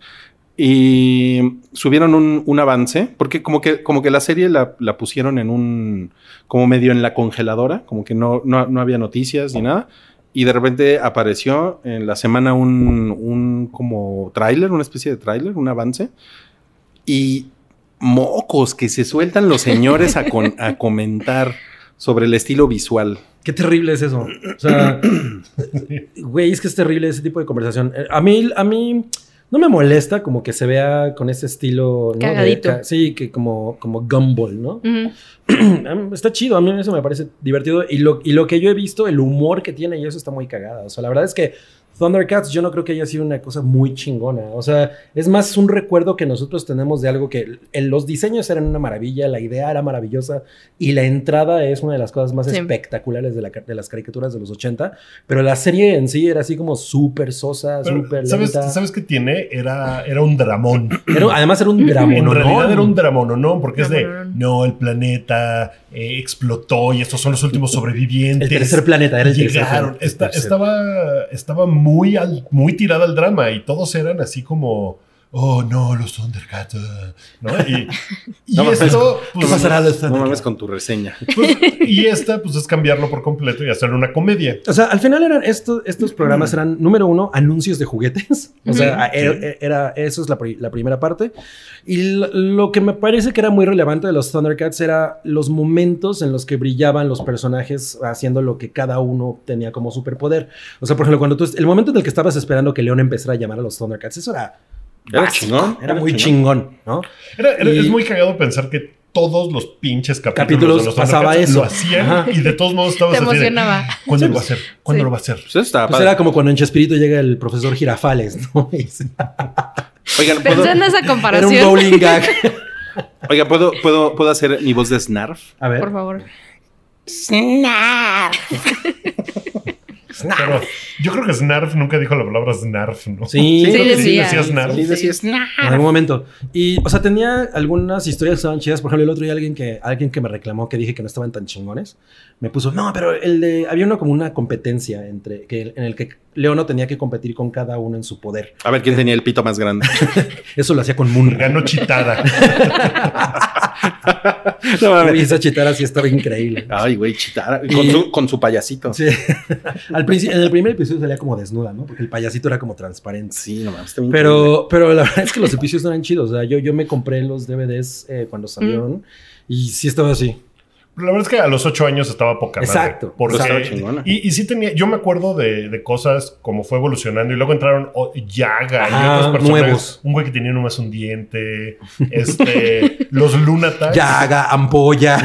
S5: Y subieron un, un avance, porque como que, como que la serie la, la pusieron en un... como medio en la congeladora, como que no, no, no había noticias ni nada. Y de repente apareció en la semana un, un como tráiler, una especie de tráiler, un avance. Y mocos que se sueltan los señores a, con- a comentar sobre el estilo visual.
S3: Qué terrible es eso. O sea, güey, es que es terrible ese tipo de conversación. Eh, A mí, a mí no me molesta como que se vea con ese estilo. ¿no? De
S4: Cagadito.
S3: ca- sí, que como, como gumball, ¿no?
S4: Ujú.
S3: A mí Está chido, a mí eso me parece divertido. Y lo, y lo que yo he visto, el humor que tiene y eso está muy cagada. O sea, la verdad es que Thundercats yo no creo que haya sido una cosa muy chingona. O sea, es más un recuerdo que nosotros tenemos de algo que en los diseños eran una maravilla, la idea era maravillosa y la entrada es una de las cosas más
S4: Sí.
S3: espectaculares de, la ca- de las caricaturas de los 80. Pero la serie en sí era así como súper sosa,
S2: Pero,
S3: súper
S2: ¿sabes,
S3: lenta.
S2: ¿Sabes qué tiene? Era, era un dramón.
S3: (clears throat) Era- además
S2: (clears throat)
S3: era un drama.
S2: En realidad era un dramononón, porque es de
S4: Dramononón.
S2: no, el planeta eh, explotó y estos son los últimos
S3: El
S2: sobrevivientes.
S3: tercer planeta, era el tercer
S2: llegaron.
S3: planeta, el
S2: Esta-
S3: tercer.
S2: estaba estaba muy, al- muy tirada al drama y todos eran así como, oh no, los Thundercats. ah", ¿no?
S3: (laughs)
S2: Y, y
S5: No mames.
S2: esto.
S3: ¿Qué
S2: pues,
S3: pasará a los
S5: No
S3: Thundercats?
S5: mames con tu reseña.
S2: pues, y esta, pues es cambiarlo por completo y hacer una comedia.
S3: O sea, al final eran estos, estos programas eran, número uno, anuncios de juguetes. O sea,
S2: Ujú.
S3: era,
S2: Sí.
S3: era- eso es la, pri- la primera parte. Y lo, lo que me parece que era muy relevante de los Thundercats era los momentos en los que brillaban los personajes haciendo lo que cada uno tenía como superpoder. O sea, por ejemplo, cuando tú, est- el momento en el que estabas esperando que León empezara a llamar a los Thundercats, eso era,
S5: Era
S3: básico,
S5: chingón.
S3: era muy chingón, ¿no?
S2: Era- era-
S3: Y-
S2: Es muy cagado pensar que todos los pinches capítulos,
S3: Capítulos
S2: de los
S3: pasaba
S2: Thundercats
S3: eso.
S2: lo hacían
S3: Ajá.
S2: y de todos modos
S4: Te
S2: estabas así de,
S3: (laughs)
S4: emocionaba.
S2: ¿Cuándo
S3: Sí,
S2: lo va a hacer? ¿Cuándo
S4: sí.
S2: lo va a hacer?
S5: Pues eso estaba
S3: Pues
S5: padre.
S3: era como cuando en Chespirito llega el profesor Girafales, ¿no? (laughs) Y se-
S5: Oigan, ¿puedo,
S4: Pensando esa
S3: Era un
S4: comparación,
S3: bowling gag.
S5: oigan, ¿puedo, puedo, ¿puedo hacer mi voz de Snarf?
S3: A ver.
S4: por favor.
S2: Pero yo creo que Snarf nunca dijo la palabra Snarf, ¿no? (laughs)
S3: Sí,
S5: Sí,
S3: creo que sí.
S4: decía.
S2: decía Snarf.
S5: Y decías, "Nah".
S3: En algún momento. Y, o sea, tenía algunas historias que estaban chidas. Por ejemplo, el otro día alguien que, alguien que me reclamó que dije que no estaban tan chingones, me puso, no, pero el de, había uno como una competencia entre, que, en el que Leono tenía que competir con cada uno en su poder.
S5: A ver quién tenía el pito
S3: (laughs)
S5: más grande.
S3: Eso lo hacía con
S2: (laughs)
S3: Munra.
S2: Ganó chitada.
S5: No mames.
S3: Uy, esa chitara sí estaba increíble.
S5: Ay, güey, chitara. Con
S3: Y-
S5: su, con su payasito. Sí,
S3: Sí. (laughs) Al principio, en el primer episodio salía como desnuda, ¿no? Porque el payasito era como transparente.
S5: no mames. está bien increíble.
S3: Pero, pero la verdad es que los episodios no eran chidos. O sea, yo, yo me compré los DVDs eh, cuando salieron y sí estaba así.
S2: La verdad es que a los ocho años estaba poca madre.
S3: Exacto.
S2: Porque-
S5: Pues Estaba chingona.
S2: y, y sí tenía, yo me acuerdo de, de cosas como fue evolucionando y luego entraron o- Yaga y
S3: Ah,
S2: otros personajes.
S3: nuevos.
S2: Un güey que tenía nomás un diente. Este, (laughs) los Lunatics.
S3: Llaga, ampolla.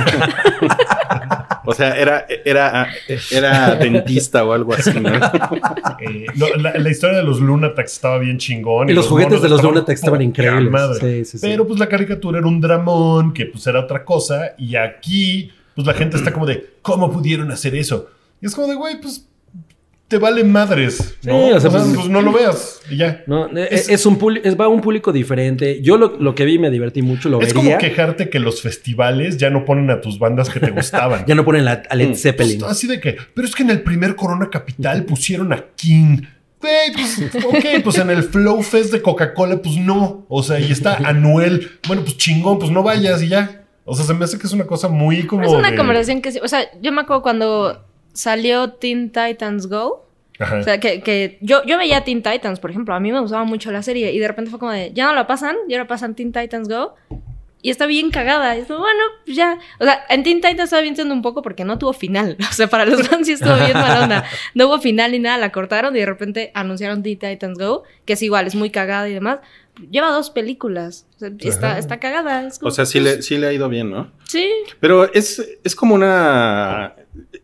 S5: O sea, era, era, era dentista o algo así,
S3: (laughs)
S5: ¿no?
S2: Eh, no, la, la historia de los Lunatics estaba bien chingón.
S3: Y los juguetes
S2: monos
S3: de los Lunatics estaban
S2: poca
S3: increíbles.
S2: madre.
S3: Sí, sí, sí.
S2: Pero pues la caricatura era un dramón, que pues era otra cosa. Y aquí, pues la gente está como de, ¿cómo pudieron hacer eso? Y es como de, güey, pues te vale madres. ¿no?
S3: Sí, o
S2: o
S3: sea,
S2: sea,
S3: pues-
S2: pues no lo veas. Y ya.
S3: No, eh, es,
S2: Es-
S3: un público, es, va a un público diferente. Yo lo, lo que vi me divertí mucho, lo
S2: Es
S3: vería.
S2: como quejarte que los festivales ya no ponen a tus bandas
S3: (laughs)
S2: que te gustaban.
S3: Ya no ponen la, a Led
S5: Mm.
S3: Zeppelin.
S2: Pues, así de que, pero es que en el primer Corona Capital pusieron a King. Güey, pues, ok, pues en el Flow Fest de Coca-Cola, pues no. O sea, y está Anuel. Bueno, pues chingón, pues no vayas y ya. O sea, se me hace que es una cosa muy como.
S4: Es una
S2: de-
S4: conversación que sí. O sea, yo me acuerdo cuando salió Teen Titans Go.
S2: Ajá.
S4: O sea, que, que yo, yo veía Teen Titans, por ejemplo. A mí me gustaba mucho la serie. Y de repente fue como de, ya no la pasan, y ahora pasan Teen Titans Go. Y está bien cagada. Y es como, bueno, pues ya. O sea, en Teen Titans estaba viendo un poco porque no tuvo final. (laughs) O sea, para los fans sí estuvo bien mala onda. No hubo final ni nada, la cortaron y de repente anunciaron Teen Titans Go, que es igual, es muy cagada y demás. Lleva dos películas. O sea, está, está cagada. es como-
S5: O sea, sí le, sí le ha ido bien, ¿no?
S4: Sí.
S5: Pero es, es como una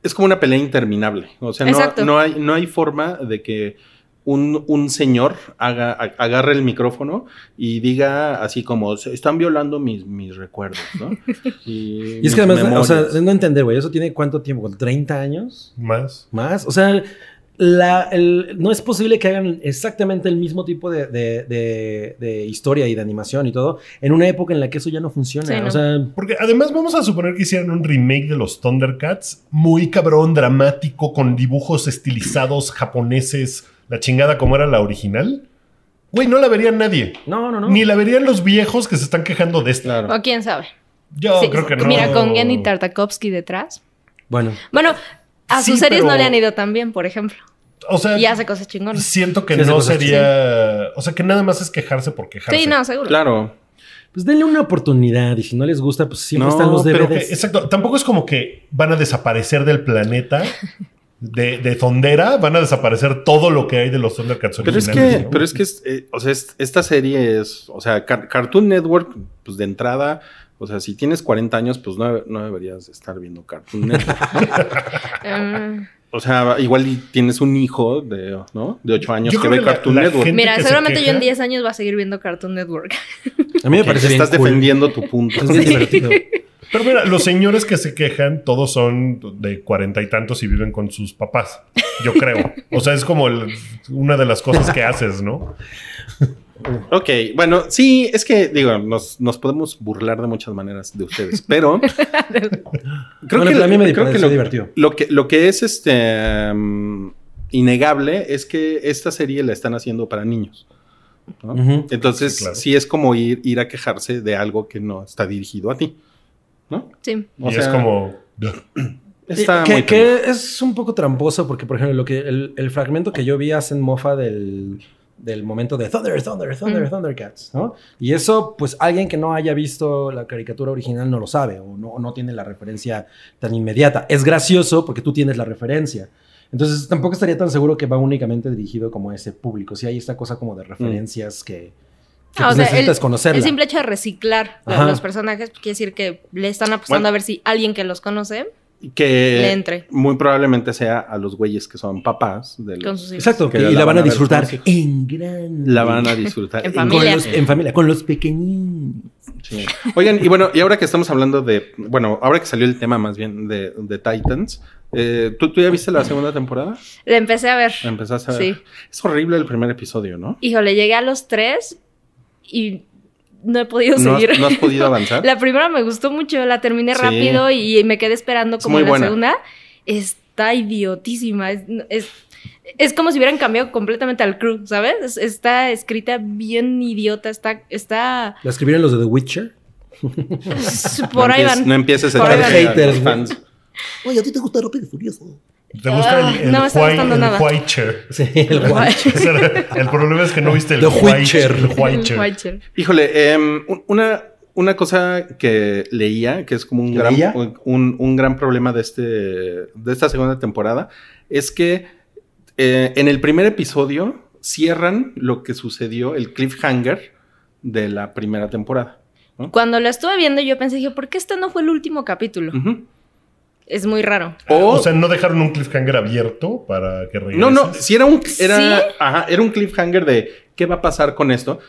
S5: es como una pelea interminable. O sea,
S4: Exacto.
S5: no, no hay, no hay forma de que un, un señor haga, a- agarre el micrófono y diga así como "Se están violando mis, mis recuerdos, ¿no? Y,
S3: y es que
S5: mis
S3: además, o sea,
S5: memorias".
S3: no entender, güey. ¿Eso tiene cuánto tiempo? ¿30 años?
S2: Más.
S3: ¿Más? O sea, la- el- no es posible que hagan exactamente el mismo tipo de, de- de- de historia y de animación y todo en una época en la que eso ya no funciona.
S4: Sí, no.
S3: O sea,
S2: Porque además vamos a suponer que hicieron un remake de los Thundercats muy cabrón, dramático, con dibujos estilizados japoneses, la chingada como era la original. Güey, no la vería nadie.
S3: no, no, no.
S2: Ni la verían los viejos que se están quejando de este esta.
S5: Claro.
S4: O quién sabe.
S2: Yo
S4: Sí,
S2: creo que no.
S4: Mira, con Genny Tartakovsky detrás.
S3: Bueno,
S4: Bueno, a
S2: Sí,
S4: sus series
S2: pero-
S4: no le han ido tan bien, por ejemplo.
S2: O sea,
S4: Y hace cosas chingonas.
S2: siento que
S3: Sí, hace
S2: no
S3: cosas
S2: sería. O sea, que nada más es quejarse por quejarse.
S4: Sí, no, seguro.
S5: Claro.
S3: pues denle una oportunidad y si no les gusta, pues siempre
S5: No,
S3: están los
S2: Pero
S3: DVDs.
S2: que- exacto. Tampoco es como que van a desaparecer del planeta. De, de Zondera van a desaparecer todo lo que hay de los Thundercats
S5: Pero es
S2: originales,
S5: que,
S2: ¿no?
S5: pero es que, es, eh, o sea, es- esta serie es, o sea, Car- Cartoon Network, pues de entrada, o sea, si tienes 40 años, pues no, no deberías estar viendo Cartoon Network.
S4: Ah.
S5: O sea, igual y tienes un hijo de, ¿no? De 8 años
S2: Yo
S5: que
S2: creo
S5: ve
S2: que la-
S5: Cartoon
S2: la
S5: Network.
S2: gente-
S4: Mira,
S2: que se
S4: seguramente yo
S2: queja.
S4: en 10 años va a seguir viendo Cartoon Network. (laughs)
S3: A mí me
S5: Que
S3: parece bien
S5: estás
S3: cool.
S5: defendiendo tu (laughs) punto.
S3: Es bien divertido.
S2: Pero mira, los señores que se quejan, todos son de cuarenta y tantos y viven con sus papás, yo creo. O sea, es como el- una de las cosas que haces, ¿no?
S5: Ok, bueno, sí, es que digo, nos, nos podemos burlar de muchas maneras de ustedes, pero creo
S3: Bueno, pero a mí me
S5: creo que
S3: pareció
S5: lo,
S3: divertido.
S5: Lo que, lo que es este mm, innegable es que esta serie la están haciendo para niños. ¿no?
S3: Ujú.
S5: Entonces,
S2: Sí, claro.
S5: sí es como ir, ir a quejarse de algo que no está dirigido a ti. ¿No?
S4: Sí.
S5: O
S2: y es
S5: sea,
S2: como.
S5: Está
S3: que,
S5: muy
S3: que es un poco tramposo porque, por ejemplo, lo que el, el fragmento que yo vi hacen mofa del, del momento de Thunder, Thunder, Thunder,
S4: Mm.
S3: Thundercats, ¿no? Y eso, pues alguien que no haya visto la caricatura original no lo sabe o no, no tiene la referencia tan inmediata. Es gracioso porque tú tienes la referencia. Entonces, tampoco estaría tan seguro que va únicamente dirigido como a ese público. Si hay esta cosa como
S5: Mm.
S3: de referencias que, que
S4: Ah,
S3: pues,
S4: o sea,
S3: necesitas
S4: el-
S3: conocerla.
S4: El simple hecho de reciclar a
S3: Ajá.
S4: los personajes quiere decir que le están apostando
S5: Bueno. Eh,
S4: a ver si alguien que los conoce le
S5: que
S4: entre
S5: muy probablemente sea a los güeyes que son papás de los-
S4: con sus hijos.
S3: Exacto,
S5: Que
S3: y la,
S5: la
S3: van
S5: van
S3: a,
S5: a ver
S3: disfrutar
S5: con sus hijos.
S3: en grande.
S5: la van a disfrutar.
S4: (laughs) En
S5: Con-
S3: Con
S4: Familia.
S3: los- en familia, con los pequeñines.
S5: Sí. Oigan, y bueno, y ahora que estamos hablando de. Bueno, ahora que salió el tema más bien de, de Titans, eh, ¿tú, tú ya viste la segunda temporada?
S4: La empecé a ver.
S5: ¿La empezaste a ver?
S4: Sí.
S5: Es horrible el primer episodio, ¿no?
S4: Híjole, llegué a los tres y no he podido
S5: ¿No
S4: seguir.
S5: has, no has podido avanzar?
S4: (laughs) La primera me gustó mucho, la terminé
S5: Sí.
S4: rápido y, me quedé esperando
S5: Es
S4: como
S5: muy
S4: la
S5: buena.
S4: segunda. Está idiotísima. Es, es, es como si hubieran cambiado completamente al crew, ¿sabes? Es- está escrita bien idiota, está,
S5: (laughs)
S4: está
S3: La escribieron los de The Witcher.
S4: s-
S5: No
S4: por ahí
S5: empieces-
S4: van.
S5: No empieces a
S4: Por ahí
S5: echarle
S3: van.
S5: a
S3: Haters,
S5: los fans.
S6: Oye, ¿a ti te gusta Rápido y Furioso?
S2: ¿Te gusta
S4: Ah,
S2: el, el,
S4: no me está
S2: White-
S4: gustando
S2: el
S4: nada.
S2: Whitecher?
S3: Sí, (laughs)
S2: (laughs)
S3: el guay.
S5: (laughs)
S2: O sea, el problema es que no viste el
S3: The
S2: White-
S3: Witcher.
S2: el Whitecher.
S4: Watcher.
S5: Híjole, em, un- una, una cosa que leía, que es como un
S3: ¿Que
S5: gran,
S3: leía?
S5: un, un gran problema de, este, de esta segunda temporada, es que eh, en el primer episodio cierran lo que sucedió, el cliffhanger de la primera temporada.
S4: Cuando la estuve viendo yo pensé, dije, ¿por qué este no fue el último capítulo?
S5: Ujú.
S4: Es muy raro.
S5: O,
S2: Ah, O sea, no dejaron un cliffhanger abierto para que regreses. Ah,
S5: no, no, si era un, era,
S4: ¿Sí?
S5: ajá, era un cliffhanger de qué va a pasar con esto,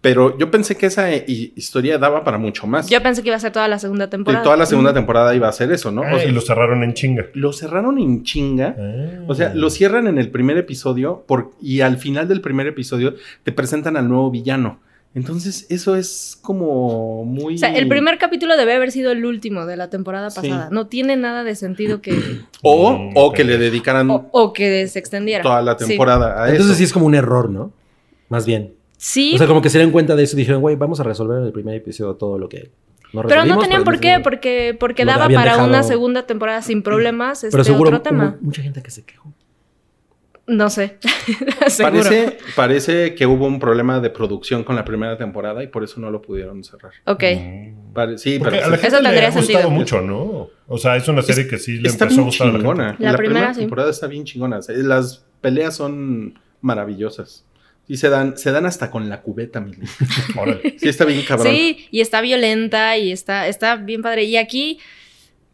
S5: pero yo pensé que esa eh, hi- historia daba para mucho más.
S4: Yo pensé que iba a ser toda la segunda
S5: de
S4: temporada.
S5: Ah,
S4: Mm.
S5: toda la segunda temporada iba a ser eso, ¿no?
S2: Ah,
S5: O sea,
S2: y lo cerraron en chinga.
S5: lo cerraron en chinga.
S2: Ah.
S5: O sea, lo cierran en el primer episodio por- y al final del primer episodio te presentan al nuevo villano. Entonces, eso es como muy...
S4: O sea, el primer capítulo debe haber sido el último de la temporada
S5: Sí.
S4: pasada. No tiene nada de sentido que...
S5: O,
S2: Mm,
S5: o
S2: ok.
S5: que le dedicaran
S4: O, o que se extendiera.
S5: toda la
S4: Sí.
S5: temporada a
S3: Entonces
S5: eso.
S3: sí es como un error, ¿no? Más bien.
S4: Sí,
S3: O sea, como que se dieron cuenta de eso y dijeron, güey, vamos a resolver en el primer episodio todo lo que no
S4: pero no
S3: resolvimos,
S4: tenían
S3: pero
S4: por
S3: nos
S4: qué,
S3: dieron-
S4: porque, porque
S3: Lo
S4: daba
S3: habían
S4: para
S3: dejado-
S4: una segunda temporada sin problemas este
S3: Pero seguro
S4: otro tema.
S3: hubo mucha gente que se quejó.
S4: No sé, seguro.
S5: Parece, parece que hubo un problema de producción con la primera temporada y por eso no lo pudieron cerrar.
S4: Ok.
S2: Mm.
S5: Pare- sí,
S2: Porque
S5: pero
S2: a la
S5: sí.
S2: gente
S4: Eso
S2: le
S4: tendría
S2: ha gustado
S4: sentido.
S2: mucho, ¿no? O sea, es una serie que sí le
S5: está
S2: empezó a
S5: bien
S2: gustar a la gente.
S5: chingona.
S4: La
S5: La,
S4: primera,
S5: primera
S4: sí.
S5: temporada está bien chingona. O sea, Las peleas son maravillosas. Y se dan, se dan hasta con la cubeta, mi Lili.
S4: (laughs)
S2: Órale.
S5: Sí, está bien cabrón.
S4: Sí, y está violenta y está, está bien padre. Y aquí,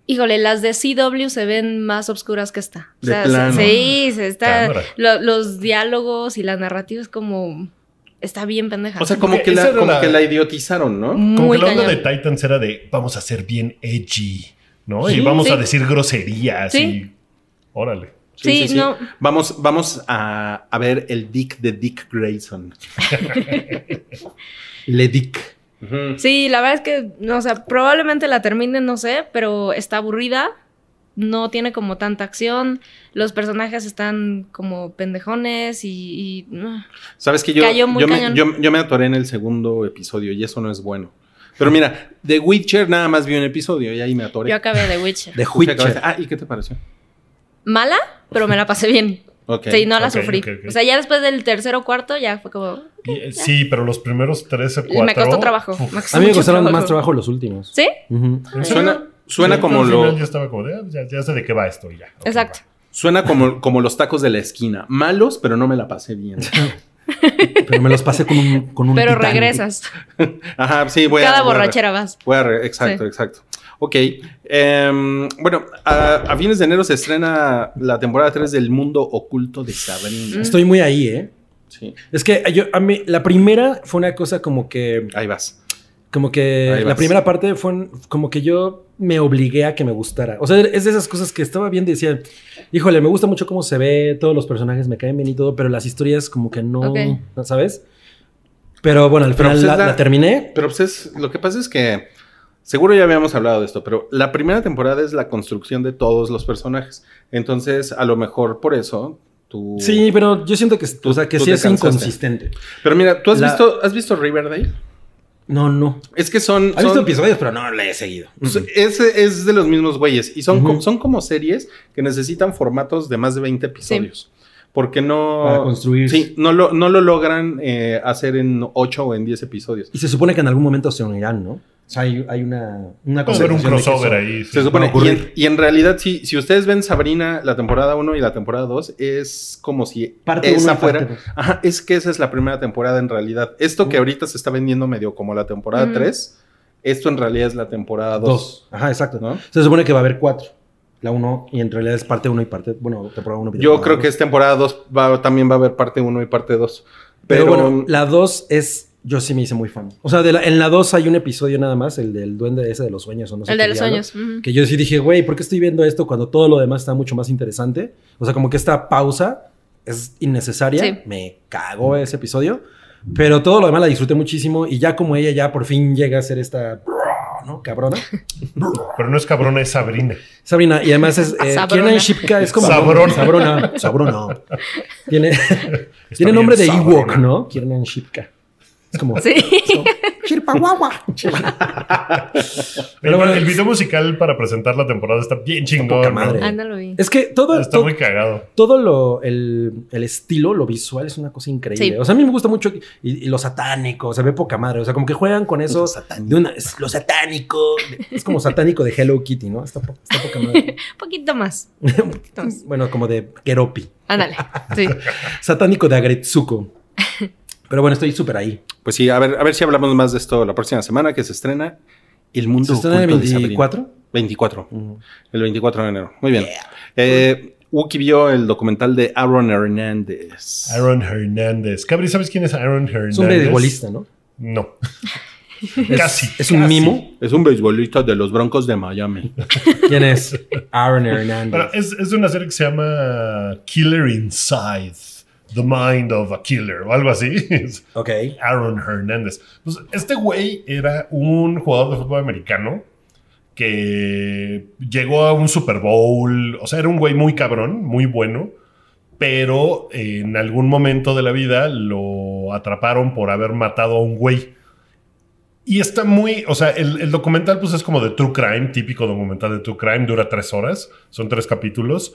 S4: híjole, las de CW se ven más obscuras que esta. O
S5: De
S4: sea,
S5: plano.
S4: Sí, se está,
S2: Cámara.
S4: lo- los diálogos y la narrativa es como... Está bien pendeja.
S5: O sea, como,
S2: Porque
S5: que
S2: esa
S5: la,
S2: era
S5: como
S2: la-
S5: que la idiotizaron, ¿no?
S2: Como
S4: muy
S2: que la onda
S4: cañón.
S2: de Titans era de vamos a ser bien edgy, ¿no?
S4: Sí,
S2: y vamos
S4: sí.
S2: a decir groserías
S4: Sí.
S2: y órale.
S4: Sí, no.
S5: Vamos, vamos a, a ver el Dick de Dick
S4: (laughs)
S5: Grayson.
S3: Le Dick.
S4: Sí, la verdad es que, no, o sea, probablemente la termine, no sé, pero está aburrida. No tiene como tanta acción. Los personajes están como pendejones y. y, no.
S5: Sabes que yo,
S4: Cayó muy
S5: yo, me,
S4: cañón.
S5: yo- yo me atoré en el segundo episodio y eso no es bueno. Pero mira, The Witcher nada más vi un episodio y ahí me atoré.
S4: Yo acabé de Witcher.
S3: De
S5: ¿Tú te acabaste?
S3: Witcher.
S5: Ah, ¿y qué te pareció?
S4: Mala, pero me la pasé bien.
S5: Ok.
S4: sí, no la
S2: ok,
S4: sufrí.
S2: ok, ok.
S4: O sea, ya después del tercer o cuarto, ya fue como.
S2: Y, eh, sí, pero los primeros tres o cuatro.
S4: me costó trabajo.
S2: Uf,
S4: me costó
S3: A mí me
S4: mucho
S3: costaron más trabajo los últimos.
S4: ¿Sí? (laughs)
S3: Ujú.
S2: ¿en serio?
S5: Suena, suena
S2: Yo
S5: como
S2: al final
S5: lo,
S2: Ya estaba como de, ah, ya, ya sé de qué va esto y ya. ok,
S4: Exacto.
S2: va.
S5: suena como, como los tacos de la esquina. Malos, pero no me la pasé bien.
S3: Pero me los pasé con un, con un
S4: Pero
S3: Titanic.
S4: regresas.
S5: Ajá, sí, voy a-
S4: Cada
S5: voy a-
S4: borrachera vas.
S5: Voy a re- exacto, exacto. Ok. em, bueno, a, a fines de enero se estrena la temporada 3 del mundo oculto de Sabrina.
S3: Estoy muy ahí, ¿eh?
S5: Sí,
S3: Es que yo, a mí, la primera fue una cosa como que,
S5: ahí vas.
S3: como
S5: Ahí
S3: que la
S5: vas.
S3: primera parte fue un- como que yo me obligué a que me gustara. O sea, es de esas cosas que estaba bien, decía, híjole, me gusta mucho cómo se ve, todos los personajes me caen bien y todo, pero las historias como que no,
S4: Ok.
S3: ¿no ¿sabes? Pero bueno, al
S5: Pero,
S3: final
S5: pues,
S3: la,
S5: es la-
S3: la terminé.
S5: Pero pues es, lo que pasa es que seguro ya habíamos hablado de esto, pero la primera temporada es la construcción de todos los personajes. Entonces, a lo mejor por eso tú.
S3: Sí, pero yo siento que, o sea, que
S5: tú
S3: sí
S5: te
S3: es
S5: cansaste.
S3: inconsistente.
S5: Pero mira, ¿tú has
S3: La-
S5: visto, has visto Riverdale?
S3: No, no.
S5: Es que son.
S3: He visto
S5: son-
S3: episodios, pero no le he seguido.
S5: So- Es, Pues, es de los mismos güeyes. Y son,
S3: Ujú.
S5: co- son como series que necesitan formatos de más de 20 episodios. Porque no.
S3: Para construir.
S5: Sí, no lo, no lo logran eh, hacer en 8 o en 10 episodios.
S3: Y se supone que en algún momento se unirán, ¿no? O sea, hay, hay una, una
S2: Va a haber un
S3: conversación de que
S2: crossover
S3: eso-
S2: ahí. sí.
S5: Se supone.
S3: va a
S5: Y en,
S3: ocurrir.
S5: y en realidad, sí, si ustedes ven Sabrina, la temporada 1 y la temporada 2, es como si
S3: Parte uno y
S5: esa
S3: parte
S5: fuera.
S3: dos.
S5: Ajá, es que esa es la primera temporada en realidad. Esto que
S3: Ujú.
S5: ahorita se está vendiendo medio como la temporada
S4: Ujú.
S5: 3, esto en realidad es la temporada 2.
S3: Dos. Ajá, exacto.
S5: ¿no?
S3: Se supone que va a haber cuatro. La uno, y en realidad es parte uno y parte. Bueno, temporada uno.
S5: Yo creo que es temporada 2, va, también va a haber parte 1 y parte 2.
S3: Pero,
S5: Pero,
S3: bueno, la dos es Yo sí me hice muy fan. O sea, de la- en la 2 hay un episodio nada más, el del duende ese de los sueños o no sé
S4: el
S3: qué
S4: de los
S3: diablo,
S4: sueños. ujú.
S3: Que yo sí dije, güey, ¿por qué estoy viendo esto cuando todo lo demás está mucho más interesante? O sea, como que esta pausa es innecesaria.
S4: Sí.
S3: Me cagó ese episodio. Pero todo lo demás la disfruté muchísimo y ya como ella ya por fin llega a ser esta... ¿no? Cabrona.
S2: Pero no es cabrona, es Sabrina.
S3: Sabrina, y además es... Eh,
S4: Sabrona.
S3: Kiernan Shipka es como...
S2: Sabrona.
S3: Sabrona. Sabrona. Tiene,
S2: Está
S3: tiene nombre de
S2: bien
S3: Ewok,
S2: sabrona.
S3: ¿no? Kiernan Shipka. Es como...
S4: Sí. (laughs)
S3: Chirpahuahua.
S2: Pero
S3: Pero
S2: bueno,
S3: bueno,
S2: el video musical para presentar la temporada está bien chingón.
S3: poca
S2: ¿no?
S3: madre.
S4: Ah, no lo vi.
S3: Es que todo,
S2: Está
S3: to-
S2: muy cagado.
S3: todo lo, el, el estilo, lo visual es una cosa increíble.
S4: Sí.
S3: O sea, a mí me gusta mucho y, y lo satánico, o sea, ve poca madre. O sea, como que juegan con eso. De una, es lo satánico. Es como satánico de Hello Kitty, ¿no? Está, po- está poca
S4: (laughs)
S3: madre.
S4: Un poquito más.
S3: Un (laughs)
S4: poquito más.
S3: bueno, como de Keropi.
S4: Ándale. Sí.
S3: Satánico de Agretsuko. Pero bueno, estoy súper ahí.
S5: Pues sí, a ver, a ver si hablamos más de esto la próxima semana que se estrena El Mundo
S3: ¿Se estrena el
S5: Oculto de Sabrina.
S3: 24?
S5: 24,
S3: Ujú.
S5: el 24 de enero. Muy bien. Eh, Wookie vio el documental de Aaron Hernández.
S2: Aaron Hernández. Cabri, ¿sabes quién es Aaron Hernández?
S3: Es un beisbolista,
S5: (laughs)
S3: ¿no?
S2: No.
S3: Es-
S2: Casi,
S3: Es un
S2: casi.
S3: mimo.
S5: Es un beisbolista de los Broncos de Miami.
S3: ¿Quién es? Aaron Hernández.
S2: Pero es, es de una serie que se llama Killer Inside. The Mind of a Killer o algo así. (laughs) Es
S3: Ok.
S2: Aaron Hernández. Pues este güey era un jugador de fútbol americano que llegó a un Super Bowl. O sea, era un güey muy cabrón, muy bueno. Pero en algún momento de la vida lo atraparon por haber matado a un güey. Y está muy, o sea, el, el documental pues es como de True Crime, típico documental de True Crime, dura tres horas, son tres capítulos.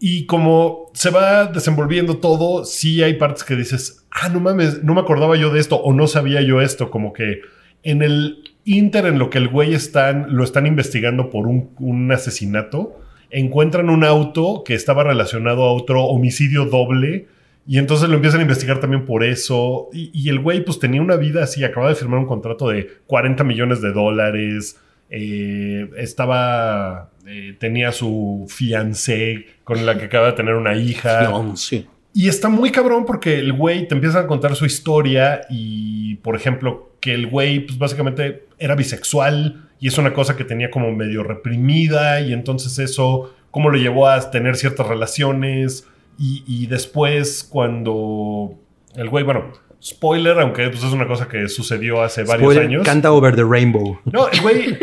S2: Y como se va desenvolviendo todo, sí hay partes que dices, ah, no mames, no me acordaba yo de esto o no sabía yo esto, como que en el Inter, en lo que el güey están, lo están investigando por un, un asesinato, encuentran un auto que estaba relacionado a otro homicidio doble y entonces lo empiezan a investigar también por eso. Y, y el güey pues tenía una vida así, acababa de firmar un contrato de 40 millones de dólares, eh, estaba, eh, tenía su fiancé con la que acaba de tener una hija.
S5: No, sí.
S2: Y está muy cabrón porque el güey te empieza a contar su historia y, por ejemplo, que el güey, pues básicamente era bisexual y es una cosa que tenía como medio reprimida y entonces eso, cómo lo llevó a tener ciertas relaciones y, y después cuando el güey, bueno, spoiler, aunque pues, es una cosa que sucedió hace varios
S3: Spoiler,
S2: años.
S3: Canta Over the Rainbow.
S2: No, el
S5: (laughs)
S2: güey,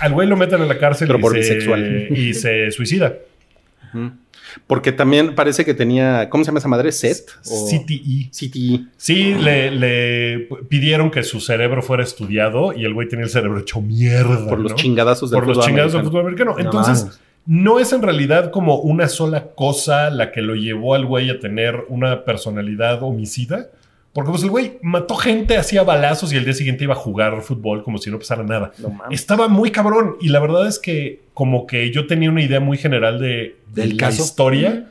S2: al güey lo meten en la cárcel
S5: Pero
S2: y,
S5: por
S2: se,
S5: bisexual.
S2: y se suicida.
S5: Ujú. Porque también parece que tenía, ¿cómo se llama esa madre? Set. o-
S2: CTE.
S5: CTE.
S2: Sí, le, le pidieron que su cerebro fuera estudiado y el güey tenía el cerebro hecho mierda.
S5: Por los
S2: ¿no?
S5: chingadazos del
S2: Por los
S5: fútbol
S2: chingados del
S5: americano.
S2: fútbol americano.
S3: No
S2: Entonces,
S3: mames.
S2: no es en realidad como una sola cosa la que lo llevó al güey a tener una personalidad homicida. Porque pues el güey mató gente, hacía balazos y el día siguiente iba a jugar fútbol como si no pasara nada.
S5: No mames.
S2: Estaba muy cabrón y la verdad es que como que yo tenía una idea muy general de, de
S3: Del
S2: la
S3: caso.
S2: historia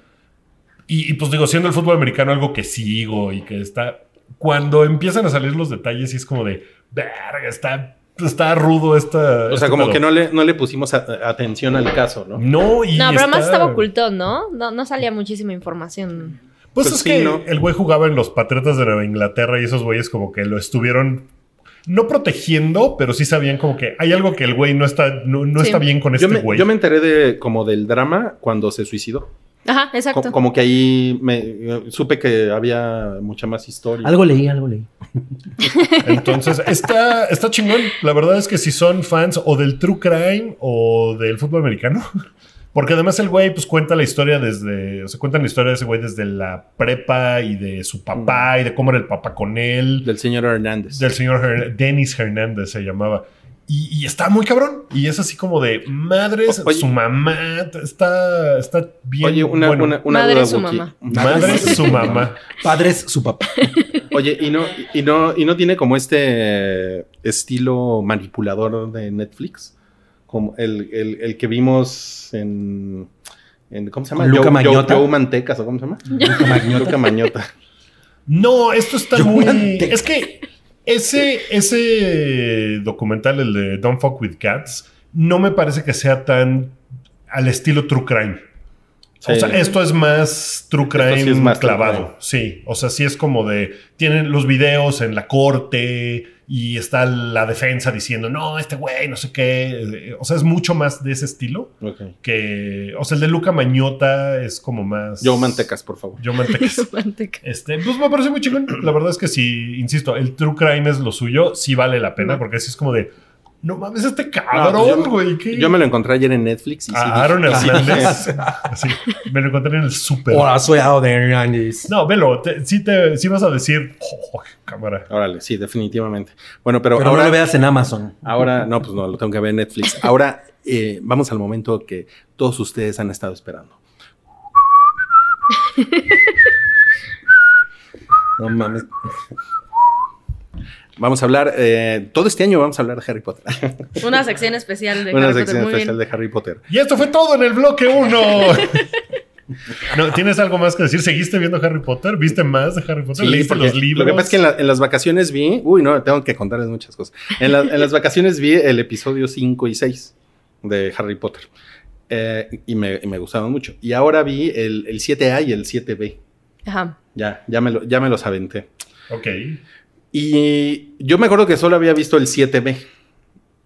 S2: y, y, pues digo, siendo el fútbol americano algo que sigo y que está... Cuando empiezan a salir los detalles y es como de... Verga, está, está rudo esta... este
S5: O sea, como que no le, no le pusimos a- atención al caso, ¿no?
S2: No, y
S4: No, pero además
S2: está-
S4: estaba oculto, ¿no? ¿no? No salía muchísima información.
S2: Pues,
S5: Pues
S2: es
S5: sí,
S2: que
S5: ¿no?
S2: el güey jugaba en los Patriotas de Nueva Inglaterra y esos güeyes como que lo estuvieron no protegiendo, pero sí sabían como que hay algo que el güey no está, no, no
S4: Sí.
S2: está bien con este
S5: Yo me,
S2: güey.
S5: yo me (laughs) enteré de como del drama cuando se suicidó.
S4: Ajá,
S5: Co-
S4: exacto.
S5: como que ahí me eh, supe que había mucha más historia.
S3: Algo leí, algo leí.
S2: Entonces, está, está chingón. La verdad es que si son fans o del True Crime o del fútbol americano. (laughs) Porque además el güey pues cuenta la historia desde, o sea, cuentan la historia de ese güey desde la prepa y de su
S5: Mm.
S2: papá y de cómo era el papá con él.
S5: del señor Hernández.
S2: Del señor Her- Dennis Hernández se llamaba. Y, y está muy cabrón. Y es así como de madres,
S5: O- oye.
S2: su mamá t- está, está bien.
S5: Oye, una,
S2: bueno.
S5: una, una
S4: Madre
S5: duda,
S4: su
S5: Wookie.
S4: mamá.
S2: Madre su mamá.
S3: Padres, su
S5: (laughs)
S3: papá.
S5: Oye, y no, y no, y no tiene como este estilo manipulador de Netflix, como el, el, el que vimos en, en- ¿cómo se llama?
S3: Con Luca
S5: Joe- Joe-
S3: Magnota.
S5: Joe Mantecas, ¿o cómo se llama? Luca Magnota.
S2: No, esto está
S3: Yo
S2: muy.
S3: manté.
S2: Es que ese, ese documental, el de Don't Fuck with Cats, no me parece que sea tan al estilo True Crime.
S5: Sí.
S2: O sea, esto es más true crime
S5: sí es más true
S2: clavado.
S5: crime.
S2: Sí, o sea, sí es como de. Tienen los videos en la corte y está la defensa diciendo, no, este güey, no sé qué. Eh, O sea, es mucho más de ese estilo
S5: Ok.
S2: que. O sea, el de Luca Mañota es como más.
S5: Yo mantecas, por favor.
S2: Yo
S5: (laughs)
S4: (laughs)
S2: mantecas.
S4: Manteca.
S2: Este, pues me parece muy chingón. La verdad es que sí, insisto, el true crime es lo suyo, sí vale la pena,
S5: No.
S2: porque así es como de, no mames, este
S5: No,
S2: cabrón,
S5: pues yo-
S2: güey. ¿qué?
S5: Yo me lo encontré ayer en Netflix y sí
S2: A
S5: dije,
S2: Aaron
S5: "Ah, sí". (laughs)
S2: Hernández. Así, me lo encontré en el súper.
S3: Hola, soy Aaron Hernández.
S2: No, velo, te- sí, te, sí vas a decir, "Oh, cámara.
S5: Órale, sí, definitivamente. Bueno, pero,
S3: Pero
S5: ahora,
S3: no lo veas en Amazon.
S5: ahora, no, pues no, lo tengo que ver en Netflix. Ahora eh, vamos al momento que todos ustedes han estado esperando.
S3: No mames.
S5: Vamos a hablar, eh, todo este año vamos a hablar de Harry Potter.
S4: Una sección especial de
S5: Una
S4: Harry Potter,
S5: sección
S4: muy bien.
S5: especial de Harry Potter.
S2: Y esto fue todo en el bloque 1.
S5: (laughs)
S2: No, ¿Tienes algo más que decir? ¿Seguiste viendo Harry Potter? ¿Viste más de Harry Potter?
S5: Sí,
S2: ¿Leíste
S5: porque
S2: los libros?
S5: Lo que pasa es que en, la- en las vacaciones vi, uy, no, tengo que contarles muchas cosas. En, la- en las vacaciones vi el episodio 5 y 6 de Harry Potter Eh, y, me, y me gustaron mucho. Y ahora vi el, el 7A y el 7B.
S4: Ajá.
S5: Ya, ya me, lo- ya me los aventé.
S2: Ok.
S5: Y yo me acuerdo que solo había visto el 7B.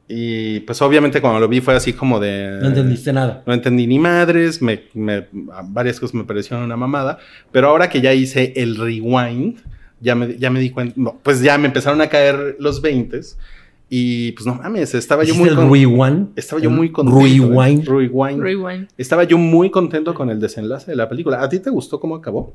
S5: Y pues obviamente cuando lo vi fue así como de...
S3: No entendiste nada.
S5: No entendí ni madres, me, me- varias cosas me parecieron una mamada, pero ahora que ya hice el rewind, ya me, ya me di cuenta, no, pues ya me empezaron a caer los 20 y pues no mames, estaba yo
S3: ¿Hiciste
S5: muy
S3: el
S5: con-
S3: rewind?
S5: estaba yo
S3: ¿El
S5: muy contento. ¿eh?
S3: rewind?
S5: Rewind.
S4: Rewind.
S5: Estaba yo muy contento con el desenlace de la película. ¿A ti te gustó cómo acabó?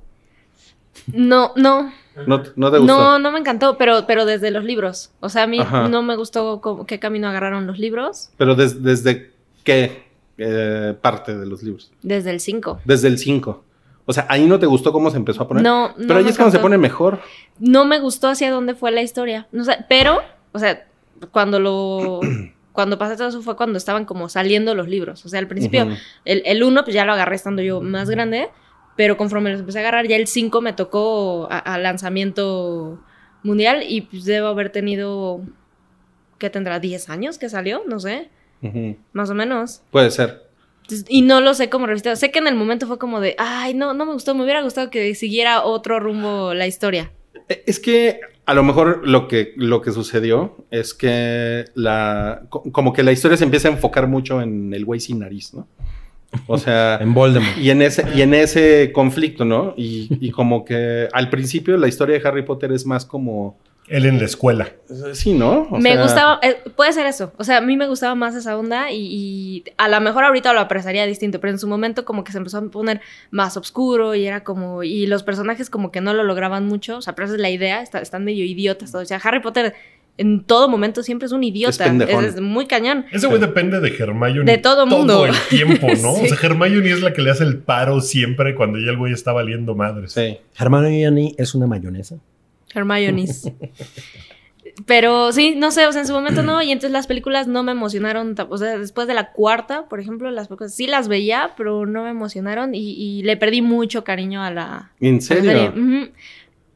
S4: No, no,
S5: ¿No, no te gustó?
S4: no, no me encantó, pero, pero desde los libros. O sea, a mí
S5: Ajá.
S4: no me gustó cómo- qué camino agarraron los libros
S5: Pero des- desde qué eh, parte de los libros?
S4: desde el 5.
S5: Desde el 5. O sea, ahí no te gustó cómo se empezó a poner.
S4: No, no.
S5: Pero ahí
S4: me
S5: es cuando se
S4: encantó.
S5: pone mejor.
S4: No me gustó hacia dónde fue la historia. No sé, pero, o sea, cuando
S5: (clears throat)
S4: lo. Cuando pasé todo eso fue cuando estaban como saliendo los libros. O sea, al principio
S5: Ujú.
S4: El, el uno, pues ya lo agarré estando yo más grande, pero conforme los empecé a agarrar, ya el 5 me tocó a, a lanzamiento mundial y pues debo haber tenido, ¿qué tendrá? ¿10 años que salió? No sé,
S5: Ujú.
S4: más o menos.
S5: Puede ser.
S4: Entonces, y no lo sé cómo revisado. Sé que en el momento fue como de, ay, no, no me gustó, me hubiera gustado que siguiera otro rumbo la historia.
S5: Eh, Es que a lo mejor lo que, lo que sucedió es que la, co- como que la historia se empieza a enfocar mucho en el güey sin nariz, ¿no? O sea,
S3: En Voldemort.
S5: y (laughs) en ese, y en ese conflicto, ¿no? Y, y como que al principio la historia de Harry Potter es más como...
S2: Él en la escuela.
S5: eh, Sí, ¿no? O
S4: me
S5: sea,
S4: gustaba, eh, puede ser eso. O sea, a mí me gustaba más esa onda y, y a lo mejor ahorita lo apreciaría distinto, pero en su momento como que se empezó a poner más oscuro y era como, y los personajes como que no lo lograban mucho. O sea, pero esa es la idea, está- están medio idiotas. todos. O sea, Harry Potter en todo momento siempre es un idiota.
S5: pendejón.
S4: es, es muy cañón.
S2: Ese güey depende de Hermione.
S4: De todo mundo.
S2: el tiempo,
S4: (laughs)
S2: ¿no?
S4: Sí.
S2: O sea, Hermione es la que le hace el paro siempre cuando ya el güey está valiendo madres.
S5: Sí.
S3: Hermione es una mayonesa.
S5: (laughs)
S4: Hermione's. Pero sí, no sé, o sea, en su momento no, y entonces las películas no me emocionaron, ta- o sea, después de la cuarta, por ejemplo, las películas sí las veía, pero no me emocionaron y, y le perdí mucho cariño a la,
S5: ¿En
S4: a la serie.
S5: serio?
S4: Ujú.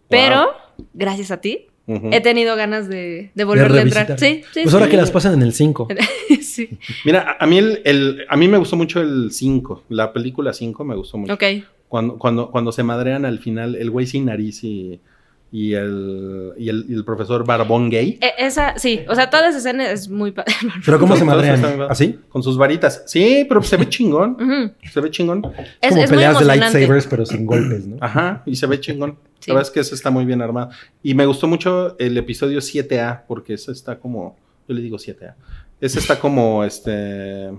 S4: Pero, gracias a ti,
S5: Ujú.
S4: he tenido ganas de, de
S3: De
S4: volverle a entrar.
S3: revisitar.
S4: Sí, sí.
S3: Pues ahora que las pasan en el 5.
S4: (laughs) sí.
S5: Mira, a a mí, el, el- a mí me gustó mucho el 5, la película 5 me gustó mucho.
S4: Ok. E,
S5: Cuando, cuando, cuando se madrean al final el güey sin nariz y, y, el, y, el, y el profesor Barbón gay
S4: E- esa, sí, o sea, toda esa escena es muy... pa- (laughs)
S3: Pero ¿cómo se
S5: Entonces,
S3: madrean? ¿Ah,
S5: está-
S3: ¿Así?
S5: con sus varitas. Sí, pero
S4: (laughs)
S5: se ve chingón.
S4: Ujú.
S5: Se ve chingón.
S4: Es,
S3: como
S4: es muy
S3: peleas de
S4: emocionante.
S3: lightsabers, pero sin golpes, ¿no?
S5: Ajá, y se ve chingón.
S4: Sí.
S5: La verdad es que ese está muy bien armado. Y me gustó mucho el episodio 7A, porque ese está como. Yo le digo 7A. Ese está como este.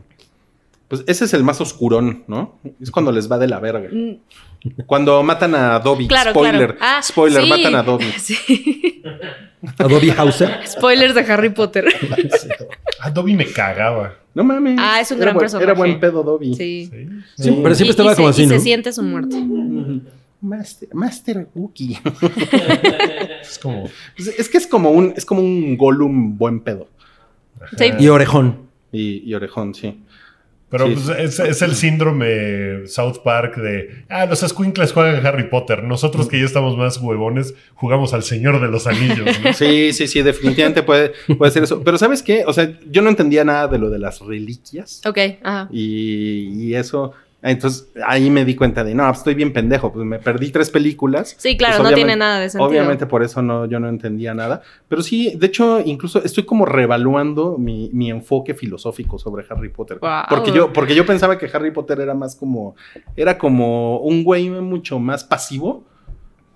S5: Pues ese es el más oscurón, ¿no? Es cuando les va de la verga.
S4: Mm,
S5: Cuando matan a Dobby.
S4: Claro,
S5: spoiler.
S4: claro. Ah,
S5: spoiler,
S4: sí.
S5: matan a Dobby.
S4: (laughs) Sí.
S3: Adobe Hauser.
S4: Spoilers de
S5: (laughs)
S4: Harry Potter.
S2: Ah, Dobby me cagaba.
S5: No mames.
S4: Ah, es un
S5: Era
S4: gran
S5: buen-
S4: personaje.
S5: Era buen pedo Dobby.
S4: Sí.
S2: ¿sí?
S3: Sí, pero siempre
S4: Y- y
S3: estaba
S4: se-
S3: como así,
S4: y
S3: ¿no?
S4: se siente su muerte.
S5: Master, Master Wookie.
S2: Es como.
S5: Pues es que es como un, es como un Gollum buen pedo.
S4: Sí.
S3: Y orejón.
S5: Y, y orejón, sí.
S2: Pero
S5: Sí.
S2: pues, es, es el síndrome South Park de. Ah, los escuincles juegan a Harry Potter. Nosotros que ya estamos más huevones, jugamos al Señor de los Anillos.
S5: (laughs)
S2: ¿no?
S5: Sí, sí, sí, definitivamente puede, puede ser eso. Pero ¿sabes qué? O sea, yo no entendía nada de lo de las reliquias.
S4: Ok, ajá.
S5: Y, y eso. Entonces ahí me di cuenta de, no, pues, estoy bien pendejo, pues me perdí tres películas.
S4: Sí, claro,
S5: Pues,
S4: no tiene
S5: obviamente-
S4: nada de sentido.
S5: Obviamente por eso no, yo no entendía nada. Pero sí, de hecho, incluso estoy como reevaluando mi, mi enfoque filosófico sobre Harry Potter.
S4: Guau.
S5: Porque, yo, porque yo pensaba que Harry Potter era más como, era como un güey mucho más pasivo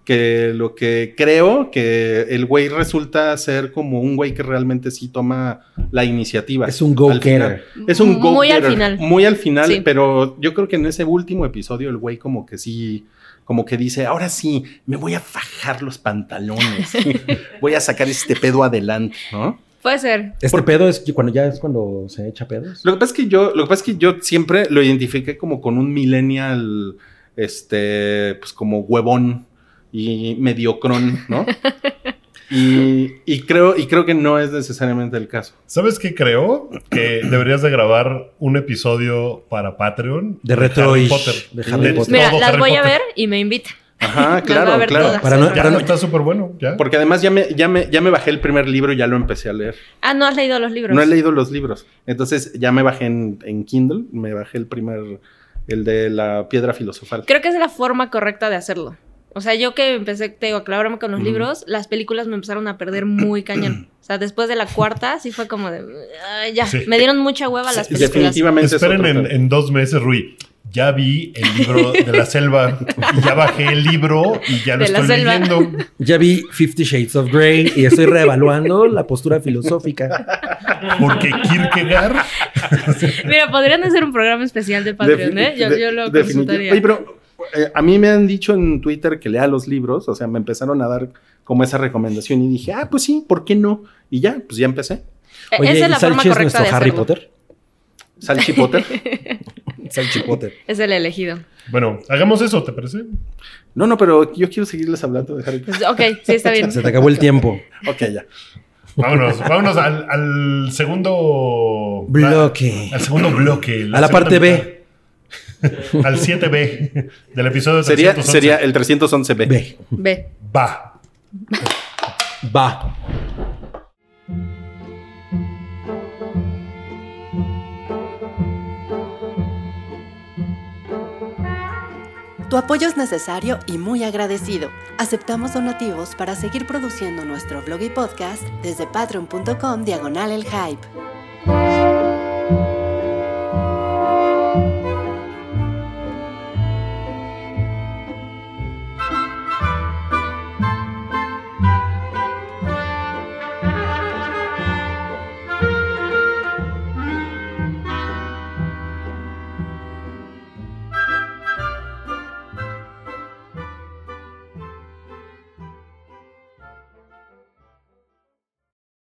S5: que lo que creo que el güey resulta ser como un güey que realmente sí toma la iniciativa.
S3: Es un
S5: Al final.
S3: go-getter.
S5: Es un go
S4: Muy al final.
S5: Muy al final,
S4: Sí.
S5: pero yo creo que en ese último episodio el güey como que sí, como que dice, ahora sí, me voy a fajar los
S4: (laughs)
S5: pantalones. voy a sacar este pedo adelante, ¿no?
S4: Puede ser.
S3: Este pedo es que cuando ya es cuando se echa pedos.
S5: Lo que pasa es que yo, lo que pasa es que yo siempre lo identifiqué como con un millennial, este, pues como huevón y mediocrón,
S4: (laughs)
S5: ¿no? Y, y creo, y creo que no es necesariamente el caso.
S2: ¿Sabes qué creo? Que deberías de grabar un episodio para Patreon.
S3: De retroish.
S2: Harry Potter.
S3: De Harry
S2: De
S5: Pues
S3: Potter.
S4: Mira,
S2: todo
S4: las
S2: Harry
S4: voy a
S2: Potter.
S4: ver y me invita. (laughs)
S5: Ajá,
S4: las va a
S5: claro,
S4: ver
S5: claro.
S4: todas.
S3: Para no-
S2: Ya
S3: para no-
S2: está súper bueno. Ya.
S5: Porque además ya me, ya, me, ya me bajé el primer libro y ya lo empecé a leer.
S4: Ah, no has leído los libros.
S5: No he leído los libros. Entonces ya me bajé en, en Kindle, me bajé el primer, el de la piedra filosofal.
S4: Creo que es la forma correcta de hacerlo. O sea, yo que empecé, te digo, a clavarme con los
S5: Ujú.
S4: libros, las películas me empezaron a perder
S5: (clears throat)
S4: muy cañón. O sea, después de la cuarta, sí fue como de. "Ay, ya,
S2: Sí.
S4: me dieron mucha hueva las
S5: Sí,
S4: películas.
S5: definitivamente es
S2: Esperen
S5: otro
S2: en,
S5: pedo.
S2: en dos meses, Rui. Ya vi el libro de la selva. y ya bajé el libro y ya lo
S4: De la
S2: estoy
S4: selva.
S2: leyendo.
S3: Ya vi Fifty Shades of Grey y estoy reevaluando la postura
S4: (laughs) E-,
S3: filosófica.
S2: Porque Kierkegaard.
S4: Mira, podrían hacer un programa especial de Patreon,
S5: Defini-
S4: ¿eh? Yo,
S5: de-
S4: yo lo
S5: definitiv-
S4: consultaría.
S5: Oye, pero eh, a mí me han dicho en Twitter que lea los libros, o sea, me empezaron a dar como esa recomendación y dije, ah, pues sí, ¿por qué no? Y ya, pues ya empecé.
S4: Eh,
S3: Oye,
S4: Esa es
S3: ¿y
S4: la forma
S3: Salchi es
S4: correcta
S3: nuestro
S4: de
S3: Harry
S4: hacerlo. (laughs)
S3: Potter?
S5: Salchi Potter.
S3: Salchi Potter.
S4: Es el elegido.
S2: Bueno, hagamos eso, ¿te parece?
S5: No, no, pero yo quiero seguirles hablando de Harry Potter.
S4: Pues, ok, sí, está
S5: (laughs)
S4: bien.
S3: Se te acabó el tiempo.
S5: Ok, ya.
S2: Vámonos, vámonos al, al segundo
S3: Bloque.
S2: Al segundo bloque.
S3: A la parte
S2: segunda
S3: B.
S2: mitad. Al 7B del episodio
S5: Sería,
S2: 311.
S5: sería el 311B.
S3: B.
S4: Ve.
S2: Va.
S3: Va.
S7: Tu apoyo es necesario y muy agradecido. Aceptamos donativos para seguir produciendo nuestro blog y podcast desde patreon.com diagonal el hype.